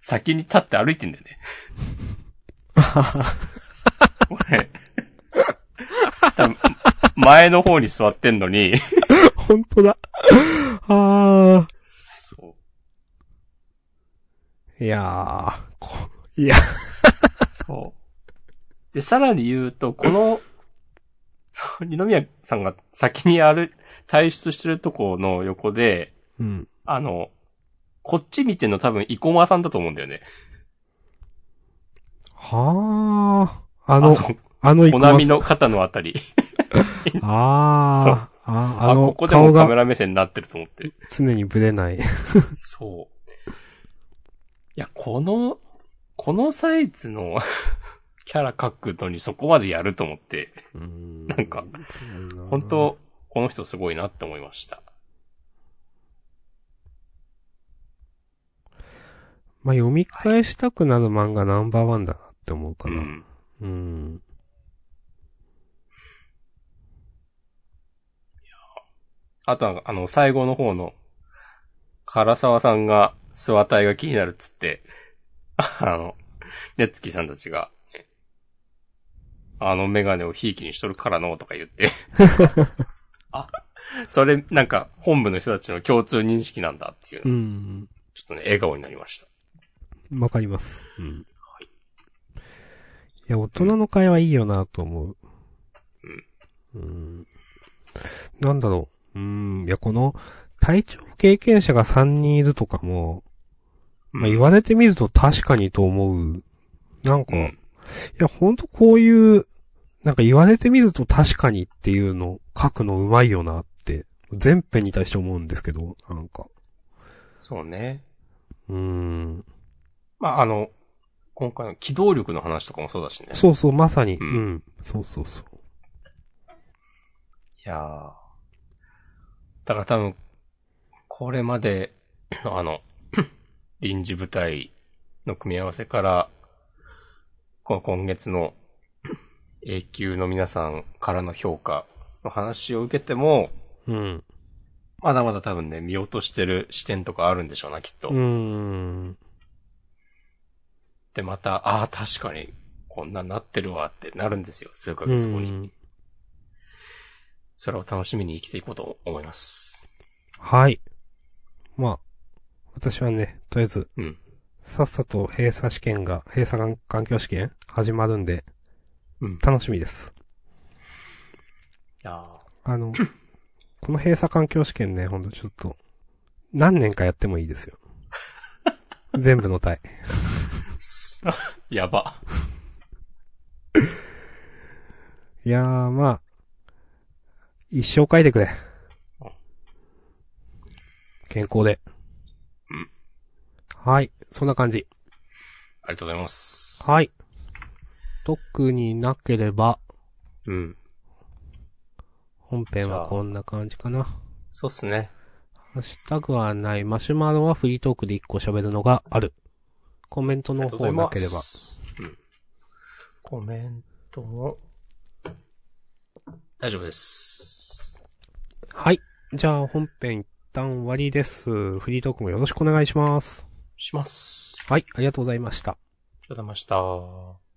[SPEAKER 1] 先に立って歩いてんだよね。これ、多分前の方に座ってんのに、
[SPEAKER 2] 本当だ。あ
[SPEAKER 1] そ
[SPEAKER 2] ー。いやー。こいや。
[SPEAKER 1] う。そう。で、さらに言うと、この、そう二宮さんが先にある、退出してるとこの横で、
[SPEAKER 2] うん。
[SPEAKER 1] あの、こっち見てんの多分、生駒さんだと思うんだよね。
[SPEAKER 2] はー。あ
[SPEAKER 1] あ
[SPEAKER 2] の、
[SPEAKER 1] の、
[SPEAKER 2] あの、
[SPEAKER 1] お波の肩のあたり。
[SPEAKER 2] 生駒さん。あー。
[SPEAKER 1] そう
[SPEAKER 2] あ
[SPEAKER 1] あ
[SPEAKER 2] あの、
[SPEAKER 1] ここでも
[SPEAKER 2] 顔
[SPEAKER 1] カメ
[SPEAKER 2] が
[SPEAKER 1] ラ目線になってると思って。
[SPEAKER 2] 常にぶれない。
[SPEAKER 1] そう。いや、この、このサイズの <laughs> キャラ描くのにそこまでやると思って、<laughs>
[SPEAKER 2] な
[SPEAKER 1] なんか、本当、この人すごいなって思いました。
[SPEAKER 2] まあ、読み返したくなる漫画ナンバーワンだなって思うか
[SPEAKER 1] う
[SPEAKER 2] ら。
[SPEAKER 1] ん。
[SPEAKER 2] うん。
[SPEAKER 1] あとは、あの、最後の方の、唐沢さんが、諏訪隊が気になるっつって、 <laughs> あの、ねつきさんたちが、ねあのメガネをひいきにしとるからの、とか言
[SPEAKER 2] <laughs>
[SPEAKER 1] って。あ、それ、なんか、本部の人たちの共通認識なんだっていう
[SPEAKER 2] う
[SPEAKER 1] の、
[SPEAKER 2] ん。
[SPEAKER 1] ちょっとね、笑顔になりました。
[SPEAKER 2] わかります。
[SPEAKER 1] うん。
[SPEAKER 2] いや、大人の会はいいよなと思う。うん。なんだろう。うん。いや、この、体調経験者が3人いるとかも、まあ、言われてみると確かにと思う。なんか、
[SPEAKER 1] う
[SPEAKER 2] い
[SPEAKER 1] ん。
[SPEAKER 2] や、ほんとこういう、なんか言われてみると確かにっていうの、書くのうまいよなって、全編に対して思うんですけど、なんか。
[SPEAKER 1] そうね。
[SPEAKER 2] うん。
[SPEAKER 1] まあ、あの、今回の機動力の話とかもそうだしね。
[SPEAKER 2] そうそう、まさに。
[SPEAKER 1] う
[SPEAKER 2] う。
[SPEAKER 1] んん
[SPEAKER 2] そうそうそう。
[SPEAKER 1] いやー。だから多分、これまで <clears throat> のあの、臨時部隊の組み合わせから、この今月の <clears throat> A 級の皆さんからの評価の話を受けても、
[SPEAKER 2] うん。
[SPEAKER 1] まだまだ多分ね、見落としてる視点とかあるんでしょうな、きっと。
[SPEAKER 2] うん。
[SPEAKER 1] で、また、ああ、確かに、こんなんなってるわってなるんですよ、数ヶ月後に。
[SPEAKER 2] うん
[SPEAKER 1] それを楽しみに生きていこうと思います。
[SPEAKER 2] はい。まあ、私はね、とりあえず、
[SPEAKER 1] うん。
[SPEAKER 2] さっさと閉鎖試験が、閉鎖環境試験始まるんで、
[SPEAKER 1] うん
[SPEAKER 2] 楽しみです。
[SPEAKER 1] いやー
[SPEAKER 2] あの、 <clears throat> この閉鎖環境試験ね、ほんとちょっと、何年かやってもいいですよ。 <laughs> 全部の体。
[SPEAKER 1] <laughs> やば。
[SPEAKER 2] いやー、まあ、一生書いてくれ。健康で。はい。そんな感じ。
[SPEAKER 1] ありがとうございます。
[SPEAKER 2] はい。特になければ、
[SPEAKER 1] うん。
[SPEAKER 2] 本編はこんな感じかな。
[SPEAKER 1] そうっすね。
[SPEAKER 2] ハッシュタグはない。マシュマロはフリートークで一個喋るのがある。コメント
[SPEAKER 1] あ
[SPEAKER 2] の
[SPEAKER 1] りがとうござ
[SPEAKER 2] 方
[SPEAKER 1] い
[SPEAKER 2] な
[SPEAKER 1] ま
[SPEAKER 2] ければ。
[SPEAKER 1] す。うん。コメントを。大丈夫です。
[SPEAKER 2] はい。じゃあ本編一旦終わりです。フリートークもよろしくお願いします。
[SPEAKER 1] します。
[SPEAKER 2] はい。ありがとうございました。
[SPEAKER 1] ありがとうございました。